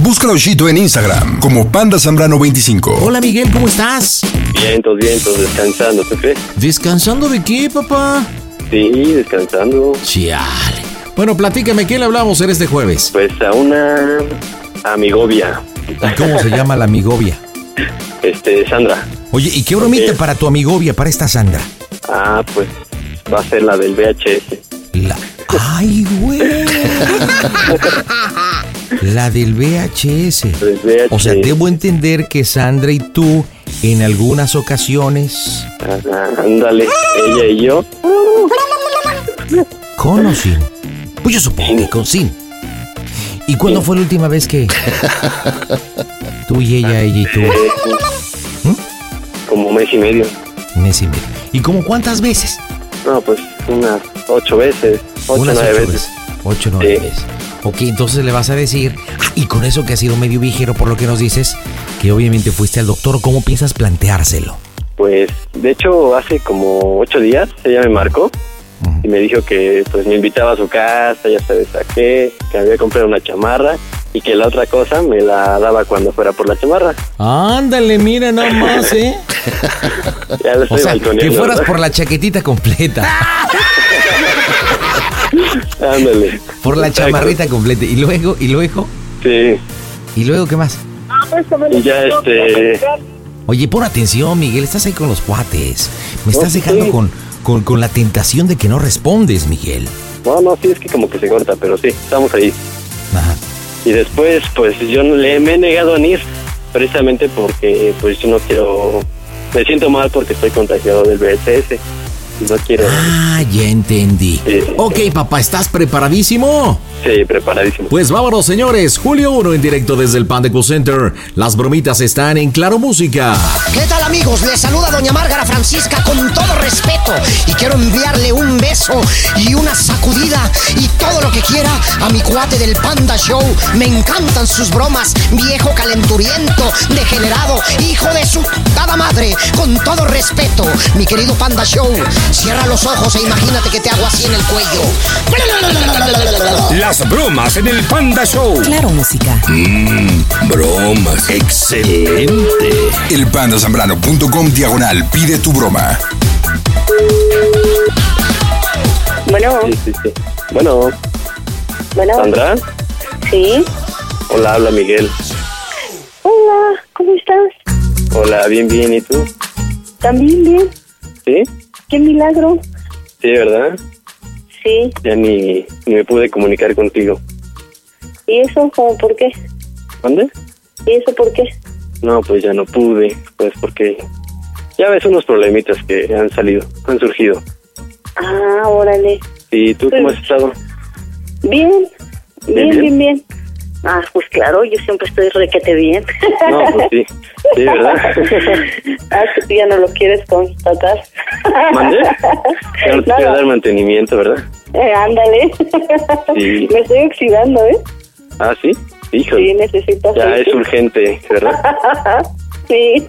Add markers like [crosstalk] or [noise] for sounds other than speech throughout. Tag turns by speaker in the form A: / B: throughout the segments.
A: Busca Oshito en Instagram como Panda Zambrano 25.
B: Hola Miguel, ¿cómo estás?
C: Vientos, vientos, descansando, ¿tú crees?
B: ¿Descansando de qué, papá?
C: Sí, descansando.
B: Chiale. Bueno, platícame, ¿quién le hablamos en este jueves?
C: Pues a una amigovia.
B: ¿Y cómo se llama la amigovia?
C: Este, Sandra.
B: Oye, ¿y qué bromita
C: Sí.
B: para tu amigovia, para esta Sandra?
C: Ah, pues va a ser la del VHS.
B: La... ¡Ay, güey! La del VHS.
C: Del VHS.
B: O sea, debo entender que Sandra y tú, en algunas ocasiones,
C: Ah, ándale, ella y yo.
B: con o sin. Pues yo supongo que con sin. ¿Y cuándo fue la última vez que tú y ella, ella y tú?
C: eh,
B: ¿Mm?
C: Como mes y medio.
B: Mes y medio. ¿Y como cuántas veces?
C: No, pues unas ocho veces. Ocho,
B: Unas
C: nueve
B: ocho
C: veces.
B: veces. Ocho, nueve
C: Sí.
B: veces. Ok, entonces le vas a decir, ah, y con eso que has sido medio vigero por lo que nos dices, que obviamente fuiste al doctor, ¿cómo piensas planteárselo?
C: Pues, de hecho, hace como ocho días ella me marcó y me dijo que pues me invitaba a su casa, ya sabes a qué, que había comprado una chamarra y que la otra cosa me la daba cuando fuera por la chamarra.
B: Ándale, mira nada más, ¿eh?
C: Ya la
B: O
C: estoy
B: sea, que
C: balconeando,
B: fueras
C: ¿verdad?
B: por la chaquetita [laughs] completa,
C: [laughs] Ándale.
B: por la
C: Exacto.
B: chamarrita completa. Y luego, y luego,
C: Sí.
B: y luego, ¿qué más?
C: Y ya este.
B: Oye, pon atención, Miguel, estás ahí con los cuates. Me estás
C: Ok.
B: dejando con, con, con la tentación de que no respondes, Miguel.
C: No, no, sí, es que como que se corta, pero sí, estamos ahí.
B: Ajá.
C: Y después, pues yo no le me he negado a ir, precisamente porque pues yo no quiero. Me siento mal porque estoy contagiado del BSS. Y no quiero.
B: Ah, ya entendí.
C: Sí.
B: Ok, papá, ¿estás preparadísimo?
C: Sí, preparadísimo.
B: Pues vámonos, señores. Julio 1 en directo desde el Panda Cool Center. Las bromitas están en Claro Música.
D: ¿Qué tal amigos? Les saluda doña Márgara Francisca con todo respeto y quiero enviarle un beso y una sacudida y todo lo que quiera a mi cuate del Panda Show. Me encantan sus bromas, viejo calenturiento, degenerado, hijo de su cada madre, con todo respeto. Mi querido Panda Show, cierra los ojos e imagínate que te hago así en el cuello.
E: Las bromas en el Panda Show.
F: Claro Música.
E: Bromas. Excelente.
A: El pandasambrano.com diagonal pide tu broma.
G: Bueno,
C: Sí, sí, sí. Bueno,
G: bueno,
C: Sandra.
G: sí.
C: Hola, habla Miguel.
G: Hola, ¿cómo estás?
C: Hola, bien, bien. ¿Y tú?
G: También bien.
C: Sí,
G: Qué milagro.
C: sí, ¿verdad?
G: Sí.
C: Ya ni, ni me pude comunicar contigo.
G: ¿Y eso como por qué?
C: ¿Dónde?
G: ¿Y eso por qué?
C: No, pues ya no pude, pues porque ya ves unos problemitas que han salido, han surgido.
G: Ah, órale.
C: ¿Y tú cómo has estado?
G: Bien,
C: Bien,
G: bien,
C: bien.
G: bien, bien. Ah, pues claro, yo siempre estoy requete bien.
C: No, pues sí, sí,
G: [laughs]
C: ¿verdad?
G: ah, que tú ya no lo quieres constatar.
C: ¿Mandé? Ya no te quiero
G: Nada.
C: dar mantenimiento, ¿verdad?
G: Eh, ándale.
C: Sí.
G: Me estoy oxidando, ¿eh?
C: Ah, sí,
G: Sí, pues
C: híjole.
G: necesito.
C: Ya es
G: aceite.
C: urgente, ¿verdad?
G: [laughs] Sí.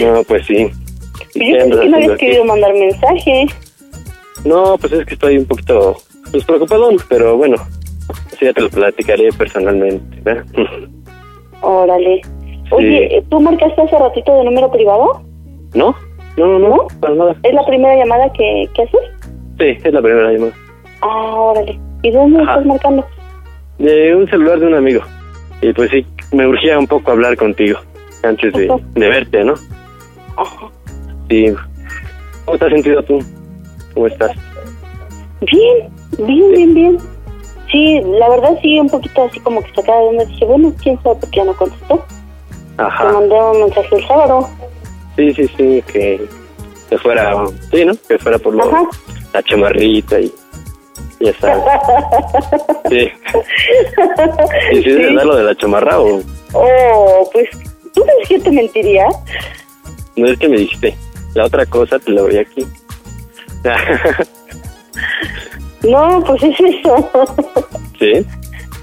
C: No, pues sí. pues,
G: Yo
C: Ya
G: pensé que no
C: andas haciendo
G: habías
C: aquí.
G: querido mandar mensaje.
C: No, pues es que estoy un poquito pues, preocupadón, pero bueno, sí, ya te lo platicaré personalmente, ¿verdad? [laughs]
G: Órale. Oye, eh, ¿tú marcaste hace ratito de número privado?
C: ¿No? No, no, no, para nada.
G: ¿Es la primera llamada que, que haces?
C: Sí, es la primera llamada.
G: Ah, órale. ¿Y dónde
C: Ajá.
G: estás marcando?
C: De un celular de un amigo. Y pues sí, me urgía un poco hablar contigo antes de,
G: Ajá.
C: de verte, ¿no?
G: Ajá.
C: Sí. ¿Cómo te has sentido tú? ¿Cómo estás?
G: Bien, bien, bien, bien. Sí, la verdad sí, un poquito así como que sacada de onda. Dije, bueno, quién sabe por qué no contestó. Te
C: Ajá.
G: mandé un mensaje el sábado.
C: Sí, sí, sí, que, que fuera, sí, ¿no? Que fuera por lo,
G: Ajá.
C: la chamarrita y ya sabes. Sí. ¿Y si
G: Sí.
C: debes dar lo de la chamarra o
G: Oh, pues, ¿tú crees que te mentiría?
C: no es que me dijiste? La otra cosa te la voy aquí. [laughs]
G: No, pues es eso. [laughs]
C: ¿Sí?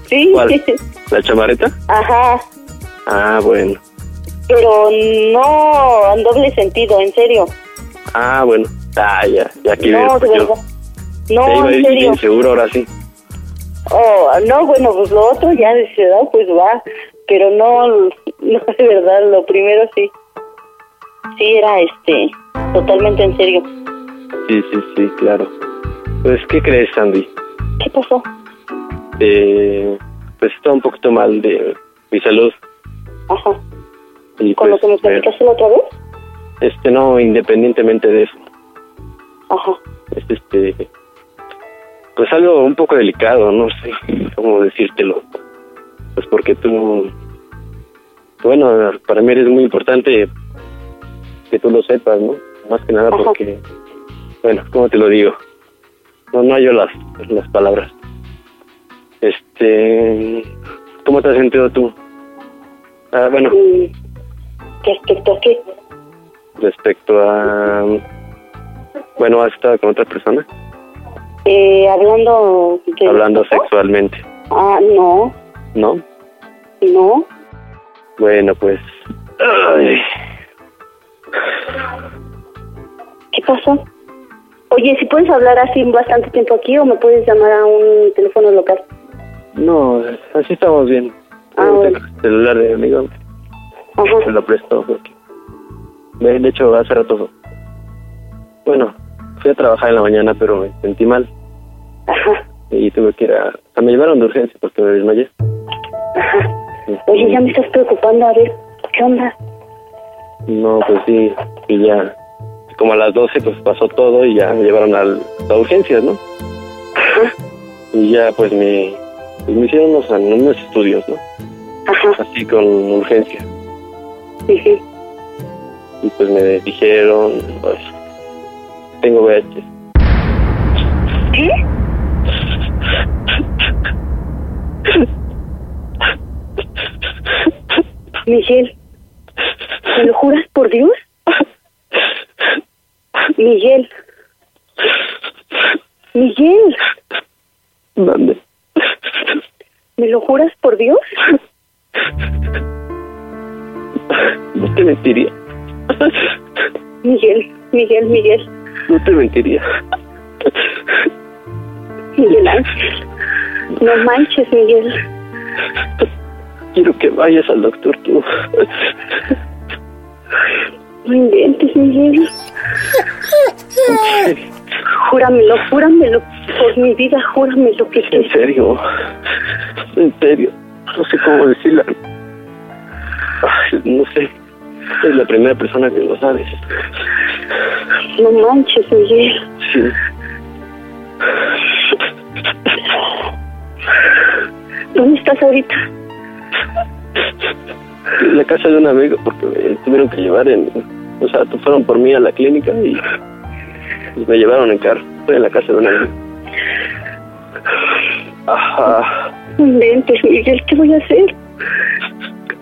G: sí.
C: ¿Cuál? ¿La chamarrita?
G: Ajá.
C: Ah, bueno.
G: Pero no en doble sentido, en serio.
C: Ah, bueno. Ah, ya, ya aquí
G: No,
C: veo.
G: de
C: Yo
G: verdad.
C: te
G: No,
C: iba a
G: en
C: ir
G: serio.
C: bien seguro ahora sí.
G: Oh, no, bueno, pues lo otro ya de ciudad pues va, pero no, no, [laughs] de verdad, lo primero sí. Sí, era este, totalmente en serio.
C: Sí, sí, sí, claro. Pues, ¿qué crees, Sandy?
G: ¿Qué pasó?
C: Eh, pues está un poquito mal de mi salud.
G: Ajá.
C: Y pues,
G: ¿Con lo que me platicaste la otra vez?
C: este, no, independientemente de eso.
G: Ajá.
C: es este pues algo un poco delicado no sé cómo decírtelo pues porque tú bueno para mí eres muy importante que tú lo sepas no más que nada
G: Ajá.
C: porque bueno cómo te lo digo no no hallo las las palabras este cómo te has sentido tú ah, bueno
G: Mm, ¿Respecto a qué?
C: respecto a bueno has estado con otra persona
G: Eh, hablando de...
C: hablando sexualmente
G: Ah, no,
C: no
G: no.
C: Bueno, pues. ay,
G: ¿Qué pasó? Oye, si puedes hablar así bastante tiempo aquí o me puedes llamar a un teléfono local.
C: no, así estamos bien. Eh,
G: Ah,
C: Tengo
G: bueno.
C: el celular de mi amigo, se
G: Ajá.
C: lo presto. Porque... De de hecho, hace rato. Bueno, fui a trabajar en la mañana, pero me sentí mal
G: Ajá.
C: y tuve que ir a. o sea, me llevaron de urgencia porque me desmayé.
G: Oye, ya me estás preocupando, a ver, ¿qué onda?
C: No, pues sí, y ya. Como a las 12, pues pasó todo y ya me llevaron al- a urgencias, ¿no? Y ya, pues me, pues, me hicieron unos, unos estudios, ¿no?
G: Ajá.
C: Así con urgencia.
G: ujú.
C: y pues me dijeron, pues, tengo VH.
G: ¿Qué? Miguel, ¿me lo juras por Dios? Miguel. Miguel,
C: ¿Dónde?
G: ¿me lo juras por Dios?
C: No te mentiría, [laughs]
G: Miguel, Miguel, Miguel,
C: no te mentiría.
G: Miguel Ángel. No manches, Miguel.
C: Quiero que vayas al doctor tú.
G: No inventes, Miguel. [laughs] Júramelo, júramelo, por mi vida, júramelo que
C: En
G: sí.
C: serio, en serio, no sé cómo decirla. Ay, No sé, es la primera persona que lo sabes.
G: No manches, Miguel.
C: Sí,
G: ¿Dónde estás ahorita?
C: en la casa de un amigo porque me tuvieron que llevar en... O sea, fueron por mí a la clínica y pues, me llevaron en carro. Estoy en la casa de un amigo. Ajá.
G: Vente, Miguel, ¿qué voy a hacer? ¿Qué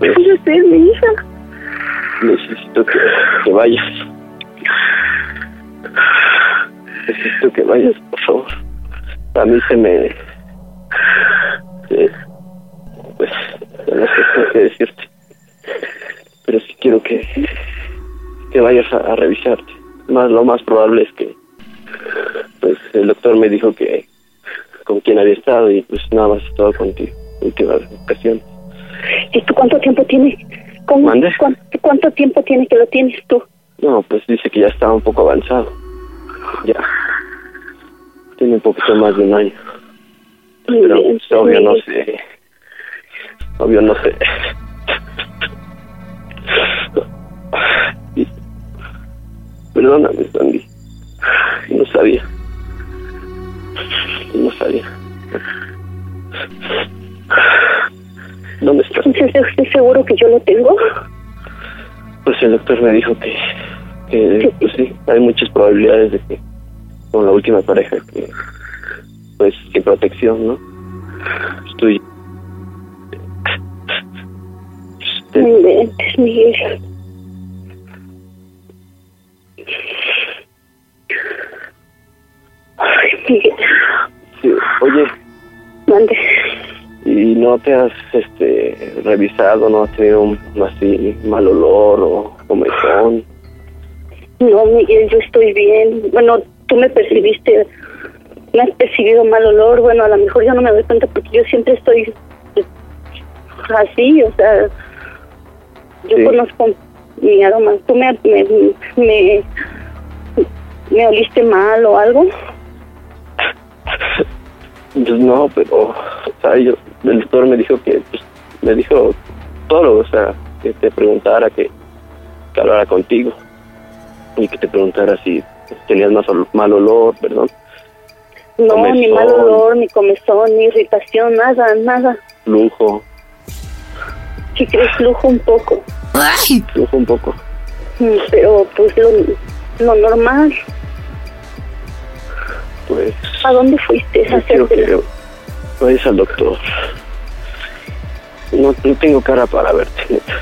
G: voy a hacer, Pues mi hija?
C: Necesito que, que vayas. Necesito que vayas, por favor. A mí se me... se- pues, ya no sé qué- qué decirte. Pero sí quiero que, que vayas a, a revisarte. Más, lo más probable es que... Pues el doctor me dijo que con quien había estado y pues nada más estaba contigo. Última ocasión.
G: ¿Y tú cuánto tiempo tienes? ¿Cómo-
C: ¿Mande?
G: cuán- ¿Cuánto tiempo tienes que lo tienes tú?
C: No, pues dice que ya estaba un poco avanzado. Ya. Tiene un poquito más de un año. Pero
G: Bien,
C: pues, obvio no
G: Miguel.
C: sé. Obvio no sé. Y- Perdóname, Sandy. No sabía. No sabía. ¿Dónde estás?
G: Entonces, ¿estás seguro que yo lo tengo?
C: Pues el doctor me dijo que, que, pues sí, hay muchas probabilidades de que con la última pareja que pues sin protección, ¿no? Estoy Este,
G: No inventes, Miguel. Ay, Miguel,
C: oye,
G: mande.
C: ¿y no te has este revisado, no has tenido un así mal olor o comezón?
G: No, Miguel, yo estoy bien. Bueno, tú me percibiste, me has percibido mal olor. Bueno, a lo mejor yo no me doy cuenta porque yo siempre estoy eh, así, o sea, yo
C: Sí.
G: conozco mi aroma. ¿Tú me, me, me, me oliste mal o algo?
C: Pues no, pero o sea, yo, el doctor me dijo que pues, me dijo todo, o sea, que te preguntara que, que hablara contigo y que te preguntara si tenías más ol- mal olor, perdón.
G: No, ni mal
C: Comezón.
G: olor, ni comezón, ni irritación, nada, nada.
C: Flujo,
G: Sí que flujo un poco,
C: flujo un poco.
G: mm, pero pues lo, lo normal.
C: Pues
G: ¿A dónde fuiste?
C: yo quiero
G: Hacértelo.
C: que vayas al doctor. No, no tengo cara para verte. neta.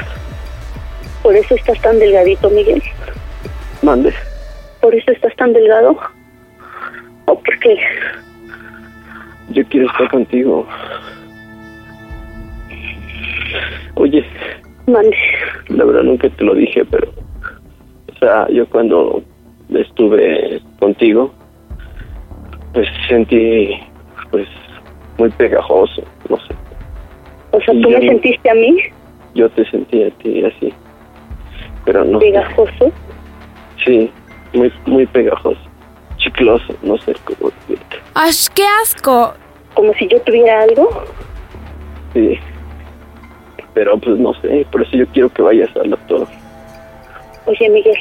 G: Por eso estás tan delgadito, Miguel.
C: Mande.
G: Por eso estás tan delgado. ¿O por qué?
C: [laughs] Yo quiero estar contigo. Oye,
G: Mande.
C: la verdad nunca te lo dije, pero, o sea, yo cuando estuve contigo, pues sentí, pues, muy pegajoso, no sé,
G: O sea,
C: Y
G: tú
C: yo
G: me
C: no-
G: sentiste a mí
C: yo te sentí a ti así, pero no, sé.
G: pegajoso.
C: sí, muy, muy pegajoso, chicloso, no sé cómo decirte,
F: ¡Ay, qué asco!
G: Como si yo tuviera algo.
C: sí, pero pues no sé, por eso yo quiero que vayas al doctor,
G: Oye, Miguel.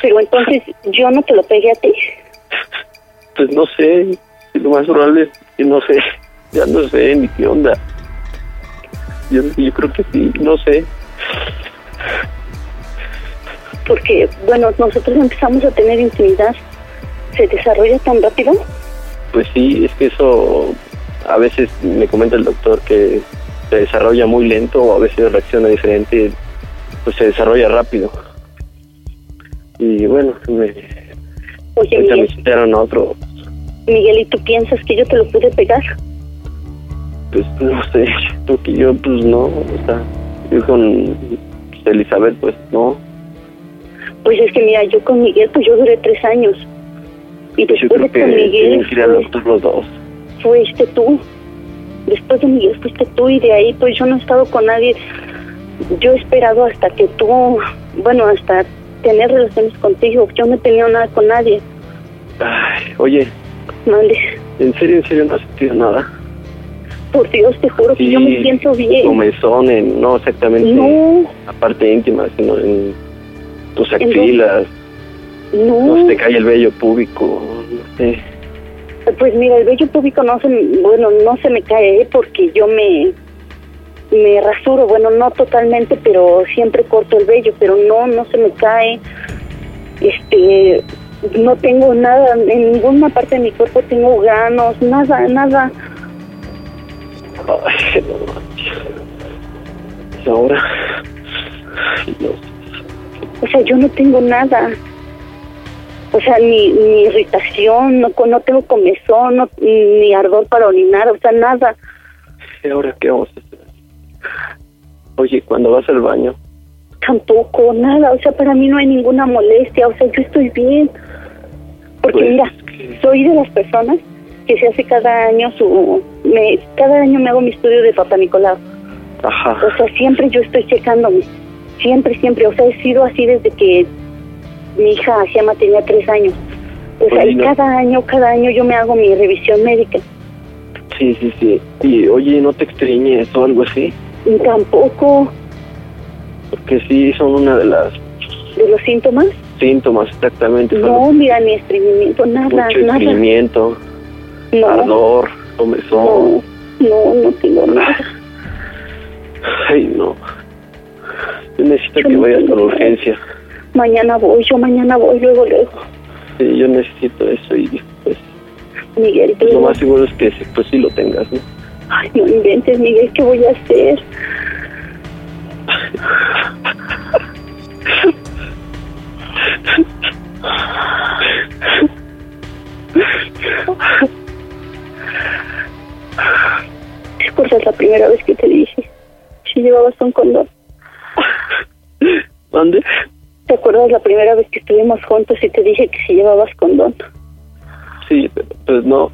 G: Pero entonces yo no te lo pegué a ti.
C: pues no sé, lo más probable es que no sé, [laughs] ya no sé ni qué onda. Yo, yo creo que sí, no sé.
G: Porque, bueno, nosotros empezamos a tener intimidad. Se desarrolla tan rápido.
C: Pues sí, es que eso a veces me comenta el doctor que se desarrolla muy lento o a veces reacciona diferente, pues se desarrolla rápido. Y bueno, me,
G: Oye,
C: ahorita me
G: Miguel,
C: citaron a otro,
G: Miguel, ¿y tú piensas que yo te lo pude pegar?
C: pues no sé, porque yo pues no, o sea, yo con Elizabeth pues no,
G: Pues es que mira, yo con Miguel, pues yo duré tres años. Y
C: pues yo
G: después
C: creo
G: de
C: que
G: con Miguel
C: tienen que ir al
G: fue-
C: doctor los dos.
G: fuiste tú. Después de Miguel fuiste tú y de ahí pues yo no he estado con nadie. Yo he esperado hasta que tú, bueno, hasta tener relaciones contigo. Yo no he tenido nada con nadie.
C: Ay, oye,
G: Mande,
C: en serio, en serio no has sentido nada.
G: por Dios, te juro que yo me
C: Sí,
G: siento bien.
C: Comezón en, no exactamente
G: No,
C: la parte íntima, sino en tus
G: dónde?
C: axilas. No se
G: no.
C: te cae el vello púbico, no sé.
G: Pues mira, el bello público no se, me- bueno, no se me cae ¿eh? porque yo me, me rasuro, bueno, no totalmente, pero siempre corto el vello, pero no, no se me cae. Este, no tengo nada, en ninguna parte de mi cuerpo tengo ganos, nada, nada.
C: Ay, no manches. Y ahora. Ay, Dios.
G: O sea, yo no tengo nada. O sea, ni, ni irritación, no, co- no tengo comezón, no- ni ardor para orinar, o sea, nada.
C: ¿Y ahora qué vamos a hacer? Oye, cuando vas al baño,
G: Tampoco, nada. O sea, para mí no hay ninguna molestia. O sea, yo estoy bien. Porque
C: Pues,
G: mira,
C: ¿qué?
G: soy de las personas que se hace cada año su... Me, cada año me hago mi estudio de Papá Nicolau.
C: ajá.
G: [laughs] O sea, siempre yo estoy checándome. Siempre, siempre. O sea, he sido así desde que mi hija Siama tenía tres años. O sea, y
C: Oye, Pues no.
G: cada año, cada año yo me hago mi revisión médica.
C: Sí, sí, sí. Y oye, no te extrañes o algo así,
G: Y tampoco
C: porque sí son una de las
G: de los síntomas.
C: síntomas exactamente. son
G: No, mira, ni estreñimiento, nada,
C: mucho
G: nada.
C: estreñimiento,
G: No,
C: ardor, comezón.
G: no, no, no tengo nada.
C: Ay, no. Yo necesito que vayas con urgencia.
G: Mañana voy, yo mañana voy, luego, luego.
C: Sí, yo necesito eso y pues
G: Miguel,
C: pues,
G: pero-
C: lo más seguro es que sí, pues sí lo tengas, ¿no?
G: Ay, no inventes, Miguel, ¿qué voy a hacer? ¿Te acuerdas la primera vez que te dije si llevabas un condón?
C: ¿Dónde?
G: ¿Te acuerdas la primera vez que estuvimos juntos y te dije que si llevabas condón?
C: Sí, pero pues no.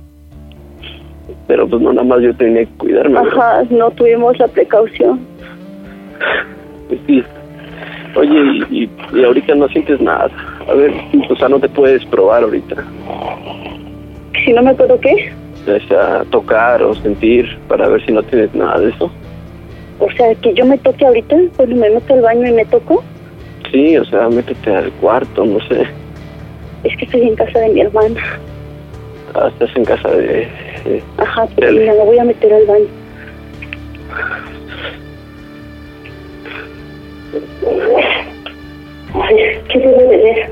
C: Pero pues no, nada más yo tenía que cuidarme. ¿no?
G: Ajá, no tuvimos la precaución.
C: Pues sí. Oye, y, y- y ahorita no sientes nada. A ver, o sea, no te puedes probar ahorita.
G: Si no me acuerdo qué,
C: O sea, tocar o sentir para ver si no tienes nada de eso.
G: o sea, que yo me toque ahorita, cuando me meto al baño y me toco,
C: Sí, o sea, métete al cuarto, no sé.
G: es que estoy en casa de mi hermana.
C: Ah, Estás en casa de... de-
G: Ajá, pero
C: Dale.
G: mira, me voy a meter al baño. Ay, ¿qué debe de ver?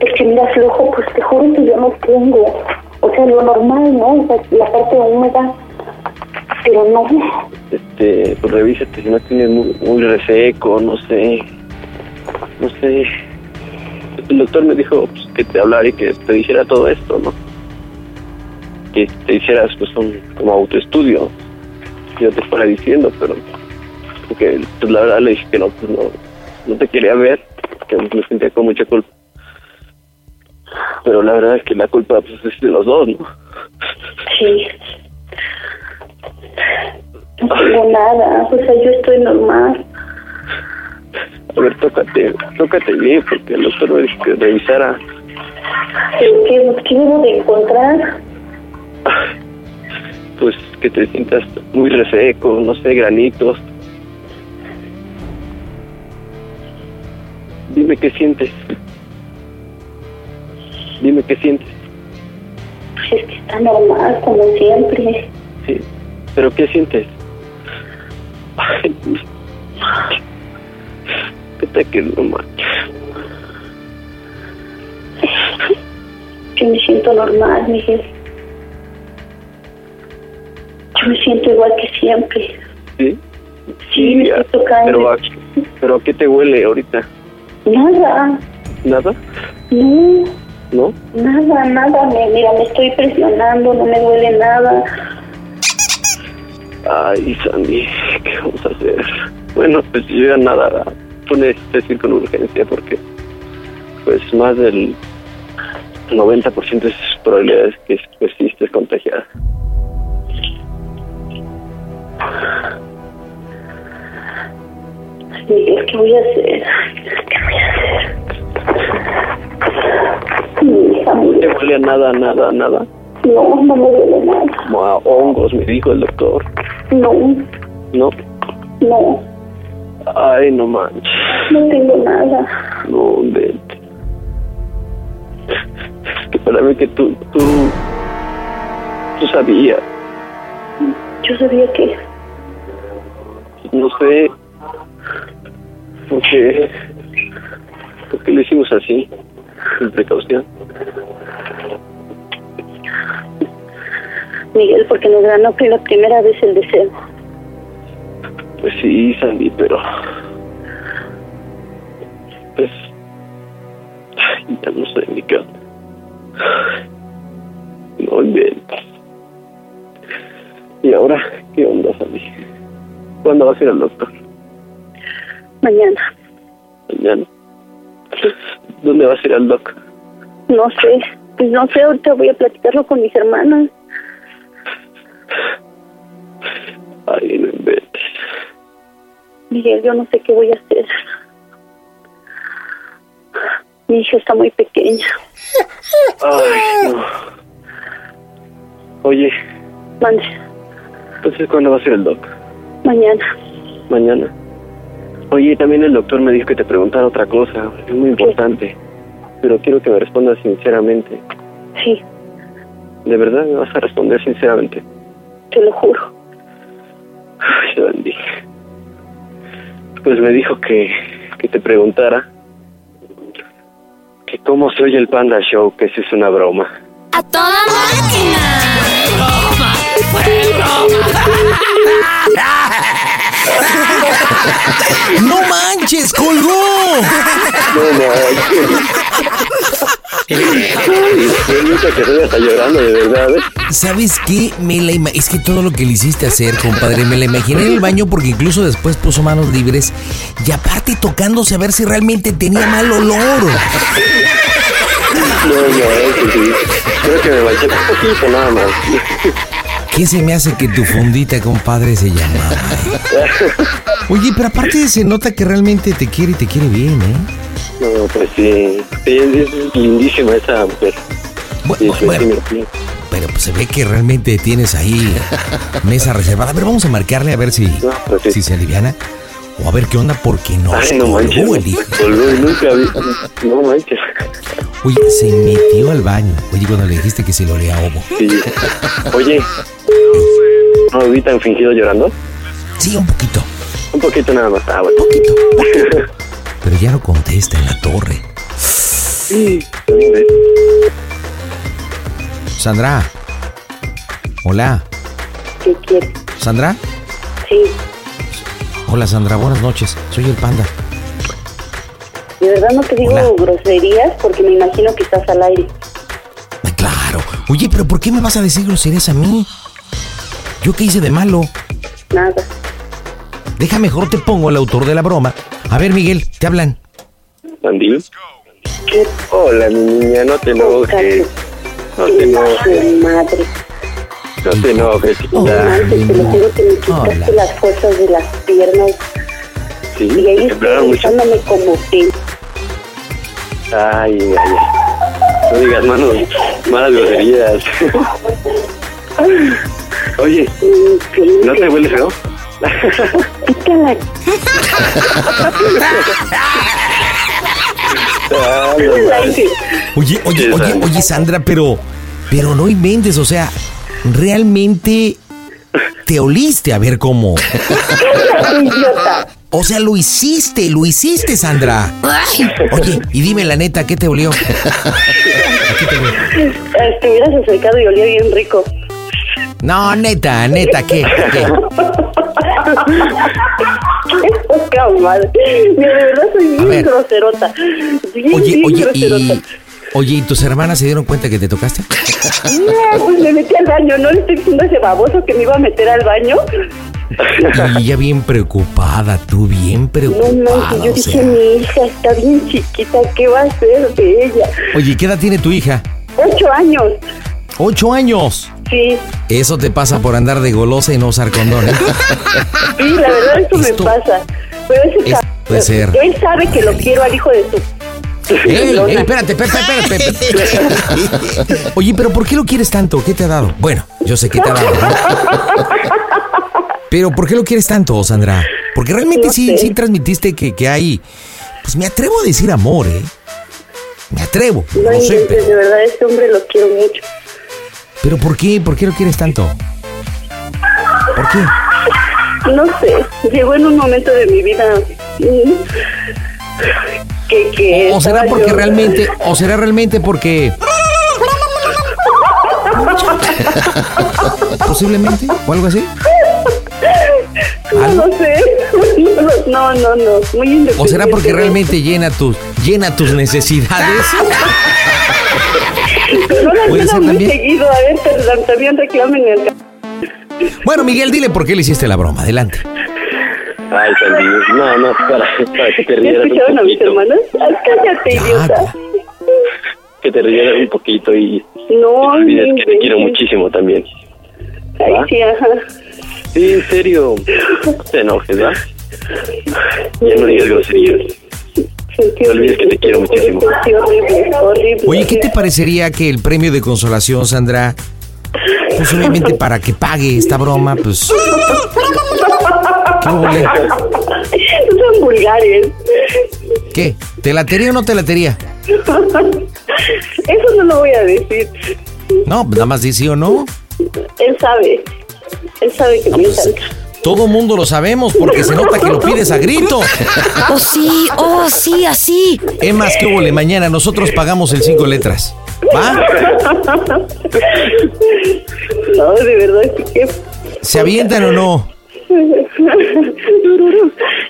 G: Porque mira, flojo, pues te juro que yo no tengo. O sea, lo normal, ¿no? O sea, la parte húmeda, pero no.
C: este, pues revísate si no tienes muy, muy reseco, no sé, no sé. El doctor me dijo pues, que te hablara y que te dijera todo esto, ¿no? Que te hicieras pues un como autoestudio. Yo te fuera diciendo, pero porque pues, la verdad le dije que no, pues no, no te quería ver, que me sentía con mucha culpa. Pero la verdad es que la culpa pues, es de los dos, ¿no?
G: Sí. No tengo nada, o sea, yo estoy normal.
C: A ver, tócate, tócate bien, porque el doctor me dijo que revisara
G: ¿Pero qué, qué debo de encontrar?
C: pues que te sientas muy reseco, no sé, granitos. Dime qué sientes. Dime qué sientes.
G: Pues es que está normal, como siempre.
C: Sí. Pero qué sientes. Ay, qué te quedó mal.
G: Yo me siento normal, Miguel. Yo me siento igual que siempre.
C: Sí.
G: Sí, me
C: ya.
G: estoy tocando.
C: Pero a, pero a qué te huele ahorita?
G: Nada,
C: Nada,
G: no,
C: ¿no?
G: nada, nada. Me, mira, me estoy presionando, no me duele nada.
C: Ay, Sandy, ¿qué vamos a hacer? Bueno, pues yo ya nada, tú necesitas ir con urgencia porque pues más del 90% de sus probabilidades que pues, sí estés contagiada.
G: Miguel, ¿qué voy a hacer? ¿Qué voy a hacer? Mi hija,
C: No te
G: Miguel,
C: huele a nada, nada, nada.
G: no, no me duele nada.
C: Como a hongos, me dijo el doctor.
G: No,
C: No,
G: no,
C: ay, no manches.
G: no tengo nada.
C: No, vente. Es que para mí que tú, tú, tú sabías.
G: Yo sabía que
C: No sé. ¿Por qué? ¿Por qué lo hicimos así? Por precaución.
G: Miguel, porque nos ganó que la primera vez el deseo.
C: Pues sí, Sandy, pero. Pues. ay, ya no sé ni qué. onda. No inventes. ¿Y ahora qué onda, Sandy? ¿Cuándo vas a ir al doctor?
G: Mañana.
C: Mañana. ¿Dónde vas a ir al doc?
G: No sé. Pues no sé, ahorita voy a platicarlo con mis hermanas.
C: Ay, no inventes.
G: Miguel, yo no sé qué voy a hacer. Mi hija está muy pequeña.
C: Ay, no. Oye,
G: Mande,
C: entonces ¿cuándo vas a ir al doc?
G: mañana.
C: Mañana. Oye, también el doctor me dijo que te preguntara otra cosa, es muy importante. Pero quiero que me respondas sinceramente.
G: Sí,
C: ¿De verdad me vas a responder sinceramente?
G: te lo juro.
C: Ay, Andy. Pues me dijo que, que te preguntara que cómo se oye el Panda Show, que si es una broma.
F: ¡A toda máquina!
B: ¡No manches! ¡Colgó!
C: No, no. Nunca que estoy hasta llorando, de verdad, ¿eh?
B: ¿Sabes qué? Me la ima- es que todo lo que le hiciste hacer, compadre, me la imaginé en el baño porque incluso después puso manos libres y aparte tocándose a ver si realmente tenía mal olor.
C: No, no, es que sí. Creo que me manché un poquito nada más.
B: ¿Qué se me hace que tu fundita, compadre, se llama? Oye, pero aparte se nota que realmente te quiere y te quiere bien, ¿eh?
C: No, pues sí. Sí, es, es lindísima esa mujer.
B: Bu-
C: Sí,
B: bu-
C: sí,
B: Ah, bueno,
C: sí, sí.
B: pero pues se ve que realmente tienes ahí mesa reservada. A ver, vamos a marcarle a ver si,
C: No, pues sí.
B: si se aliviana. O a ver qué onda, porque no.
C: Ay, no manches. Volvió y nunca vi. No manches.
B: Oye, se metió al baño. Oye, cuando le dijiste que se lo olía a ovo.
C: Sí. Oye, ¿no vi tan fingido llorando?
B: Sí, un poquito,
C: Un poquito nada más. Ah, bueno.
B: poquito. Pero ya no contesta en la torre. Sandra. Hola.
G: ¿Qué quieres?
B: Sandra.
G: Sí,
B: Hola, Sandra. Buenas noches. Soy el panda.
G: de verdad no te digo
B: Hola.
G: groserías porque me imagino que estás al aire.
B: Ay, Ah, claro. Oye, pero ¿por qué me vas a decir groserías a mí? ¿Yo qué hice de malo?
G: Nada.
B: Deja mejor te pongo el autor de la broma. A ver, Miguel, te hablan.
C: ¿Andy?
G: ¿Qué
C: Hola, mi niña, no te enojes. No te enojes.
G: Ay, madre.
C: No te enojes. chiquita.
G: Antes te lo juro que me
B: Ah, Hola.
G: quitaste las fuerzas de las piernas
C: Sí,
G: y ahí
C: te
G: estoy
C: temblaron mucho.
G: pensándome como te.
C: Ay, ay, ay. No digas manos, malas groserías. [laughs] Oye,
G: mm,
C: ¿no te huele feo?
G: Pícala.
C: Ah, no manches.
B: Oye, oye, oye,
C: Sí, Sandra.
B: oye, Sandra, pero. Pero no inventes, o sea, realmente te oliste a ver cómo. O sea, lo hiciste, lo hiciste, Sandra.
F: ¡Ay!
B: Oye, y dime la neta, ¿qué te olió?
G: Ay, Te hubieras acercado y olía bien rico.
B: No, neta, neta, ¿qué? ¿Qué?
G: Qué poca madre. Mira, de verdad soy
B: A ver.
G: bien groserota. Bien,
B: Oye,
G: bien
B: oye,
G: groserota.
B: y. Oye, ¿y tus hermanas se dieron cuenta que te tocaste?
G: [laughs]
B: Ah.
G: No, pues me metí al baño. No le estoy diciendo a ese baboso que me iba a meter al baño.
B: Y ya bien preocupada, tú bien
G: No, no,
B: preocupada.
G: yo
B: Ah, o
G: dije,
B: sea.
G: mi hija está bien chiquita. ¿Qué va a hacer de ella?
B: Oye, ¿qué edad tiene tu hija?
G: Ocho años.
B: Ocho años.
G: Sí,
B: Eso te pasa por andar de golosa y no usar condón. ¿eh?
G: [laughs] sí, la verdad eso
B: Esto-
G: me pasa. Pero ese
B: Esto
G: cab-
B: puede ser.
G: Él sabe que lo quiero al hijo de su...
B: Ey, ey,
G: Lona.
B: espérate, espérate, espérate,
G: [laughs]
B: espérate. Oye, pero ¿por qué lo quieres tanto? ¿Qué te ha dado? Bueno, yo sé qué te ha dado.
G: [laughs]
B: ¿no? Pero ¿por qué lo quieres tanto, Sandra? Porque realmente
G: No
B: sí,
G: sé.
B: sí transmitiste que, que hay. Pues me atrevo a decir amor, ¿eh? Me atrevo. No,
G: No,
B: sé,
G: inventes,
B: pero,
G: de verdad, este hombre lo quiero mucho.
B: pero ¿por qué? ¿Por qué lo quieres tanto? ¿Por qué?
G: no sé, llegó en un momento de mi vida mm, que, que
B: O será
G: estaba
B: porque
G: yo-
B: realmente, o será realmente porque
G: [laughs]
B: posiblemente o algo así.
G: No
B: ¿Algo?
G: lo sé. [laughs] No, no, no. Muy independiente.
B: O será porque realmente llena tus llena tus necesidades.
G: No la
B: puede
G: llena
B: ser
G: muy
B: también.
G: seguido. A ver, perdón, también reclamen el.
B: Bueno, Miguel, dile por qué le hiciste la broma. Adelante.
C: Ay, Sandy, no, no, para, para que te
G: ¿Ya
C: rieras un
G: escucharon a mis
C: poquito.
G: hermanas? Ay, cállate, idiota.
C: Que te rieras un poquito y
G: No,
C: no olvides que te
G: inventes.
C: quiero muchísimo también.
G: Ay, sí, ajá.
C: Sí, en serio. No te enojes, ¿verdad? Ya no digas groserías.
G: Sentí
C: No olvides que te quiero muchísimo.
G: Sentí horrible, horrible.
B: Oye, ¿qué te parecería que el premio de consolación, Sandra? Pues obviamente para que pague esta broma, pues. ¿Qué, huele?
G: [laughs] Son vulgares.
B: ¿Qué? ¿Te latería o no te latería?
G: Eso no lo voy a decir.
B: No, pues nada más di sí o no.
G: Él sabe. Él sabe que
C: pues,
G: me encanta.
B: Todo mundo lo sabemos porque se nota que lo pides a grito.
F: Oh, sí, oh, sí, así.
B: Es más que huele, mañana nosotros pagamos el cinco letras. ¿Va?
G: [laughs] No, de verdad, sí que [laughs]
B: ¿Se avientan o no?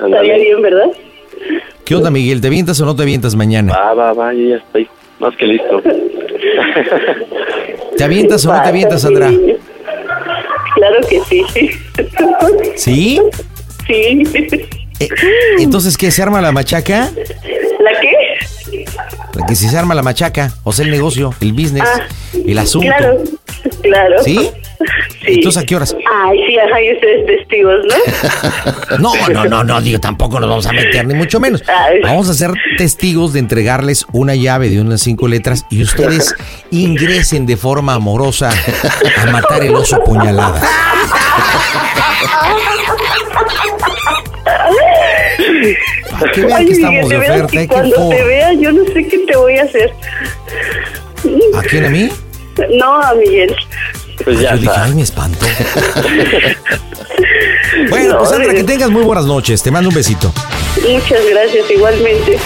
G: estaría bien, ¿verdad?
B: ¿Qué onda, Miguel? ¿Te avientas o no te avientas mañana?
C: Va, va, va, yo ya estoy más que listo.
B: ¿Te avientas o no te avientas, Sandra?
G: Sí. Claro que sí.
B: ¿Sí?
G: Sí.
B: Eh, Entonces, ¿qué? ¿Se arma la machaca? Pues
G: ¿La qué?
B: Que si se arma la machaca, o sea, el negocio, el business,
G: Ah,
B: el asunto.
G: Claro, claro.
B: ¿Sí?
G: Sí.
B: Entonces, ¿a qué horas?
G: Ay, sí, ajá, y ustedes testigos,
B: [laughs]
G: ¿no?
B: No, no, no, no, digo, tampoco nos vamos a meter, ni mucho menos.
G: Ay.
B: Vamos a ser testigos de entregarles una llave de unas cinco letras y
G: [laughs]
B: ustedes ingresen de forma amorosa a matar el oso puñalada. Para que vean
G: Ay,
B: que
G: Miguel,
B: estamos de
G: de veras
B: oferta,
G: que
B: ¿eh? ¿Qué
G: cuando te
B: for-
G: vea, yo no sé qué te voy a hacer.
B: ¿A quién a mí?
G: No, a Miguel.
C: Pues [laughs] ya
B: Yo dije,
C: está.
B: ay, me
C: [laughs]
B: espanto. Bueno, pues
C: eh.
B: Sandra, que tengas muy buenas noches. Te mando un besito.
G: Muchas gracias, igualmente.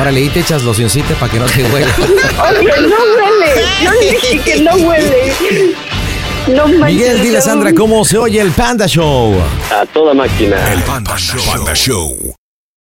B: Órale, y te echas locioncita para que no te huela.
G: Oye, no huele. Yo le dije que no huele. No manches.
B: Miguel, dile a
G: no.
B: Sandra cómo se oye el Panda Show.
C: A toda máquina.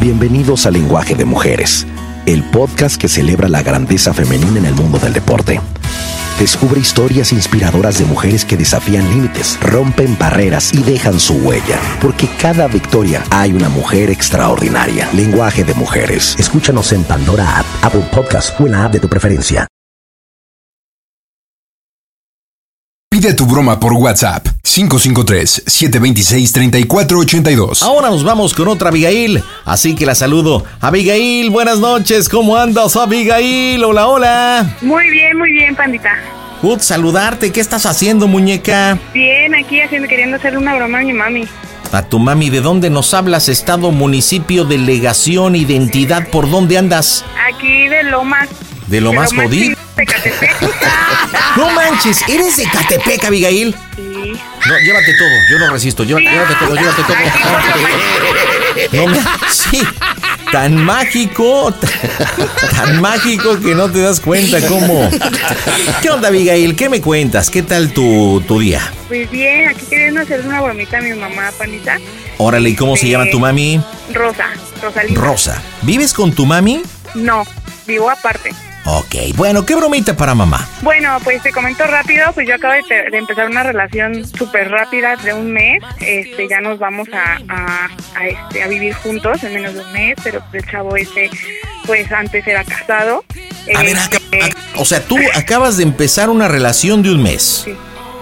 H: Bienvenidos a Lenguaje de Mujeres, el podcast que celebra la grandeza femenina en el mundo del deporte. Descubre historias inspiradoras de mujeres que desafían límites, rompen barreras y dejan su huella, porque cada victoria hay una mujer extraordinaria. Lenguaje de Mujeres. Escúchanos en Pandora App, Apple Podcast o en la app de tu preferencia.
A: Pide tu broma por WhatsApp 553-726-3482.
B: Ahora nos vamos con otra Abigail, así que la saludo. Abigail, buenas noches, ¿cómo andas, Abigail? Hola, hola.
I: Muy bien, muy bien, pandita.
B: Good saludarte, ¿qué estás haciendo, muñeca?
I: Bien, aquí haciendo, queriendo hacerle una broma a mi mami.
B: A tu mami, ¿de dónde nos hablas? Estado, municipio, delegación, identidad, ¿por dónde andas?
I: Aquí de Lomas.
B: ¿De lo más jodido?
I: De
B: [laughs]
I: Catepec.
B: No manches, ¿eres de Catepec, Abigail?
I: Sí.
B: No, llévate todo, yo no resisto, lleva- llévate todo, llévate todo. No me- sí, tan mágico, [laughs] tan, tan mágico que no te das cuenta cómo. ¿Qué onda, Abigail? ¿Qué me cuentas? ¿Qué tal tu, tu día?
I: Pues bien, aquí queriendo hacerle una bromita a mi mamá, pandita.
B: Órale, ¿y cómo se llama tu mami?
I: Rosa, Rosalina.
B: Rosa. ¿Vives con tu mami?
I: No, vivo aparte.
B: Ok, bueno, qué bromita para mamá.
I: Bueno, pues te comento rápido, pues yo acabo de, te- de empezar una relación súper rápida de un mes, este, ya nos vamos a, a- a, este, a vivir juntos en menos de un mes, pero pues, el chavo este, pues antes era casado.
B: A ver, acá-
I: Este,
B: acá- o sea, tú acabas de empezar una relación de un mes.
I: Sí.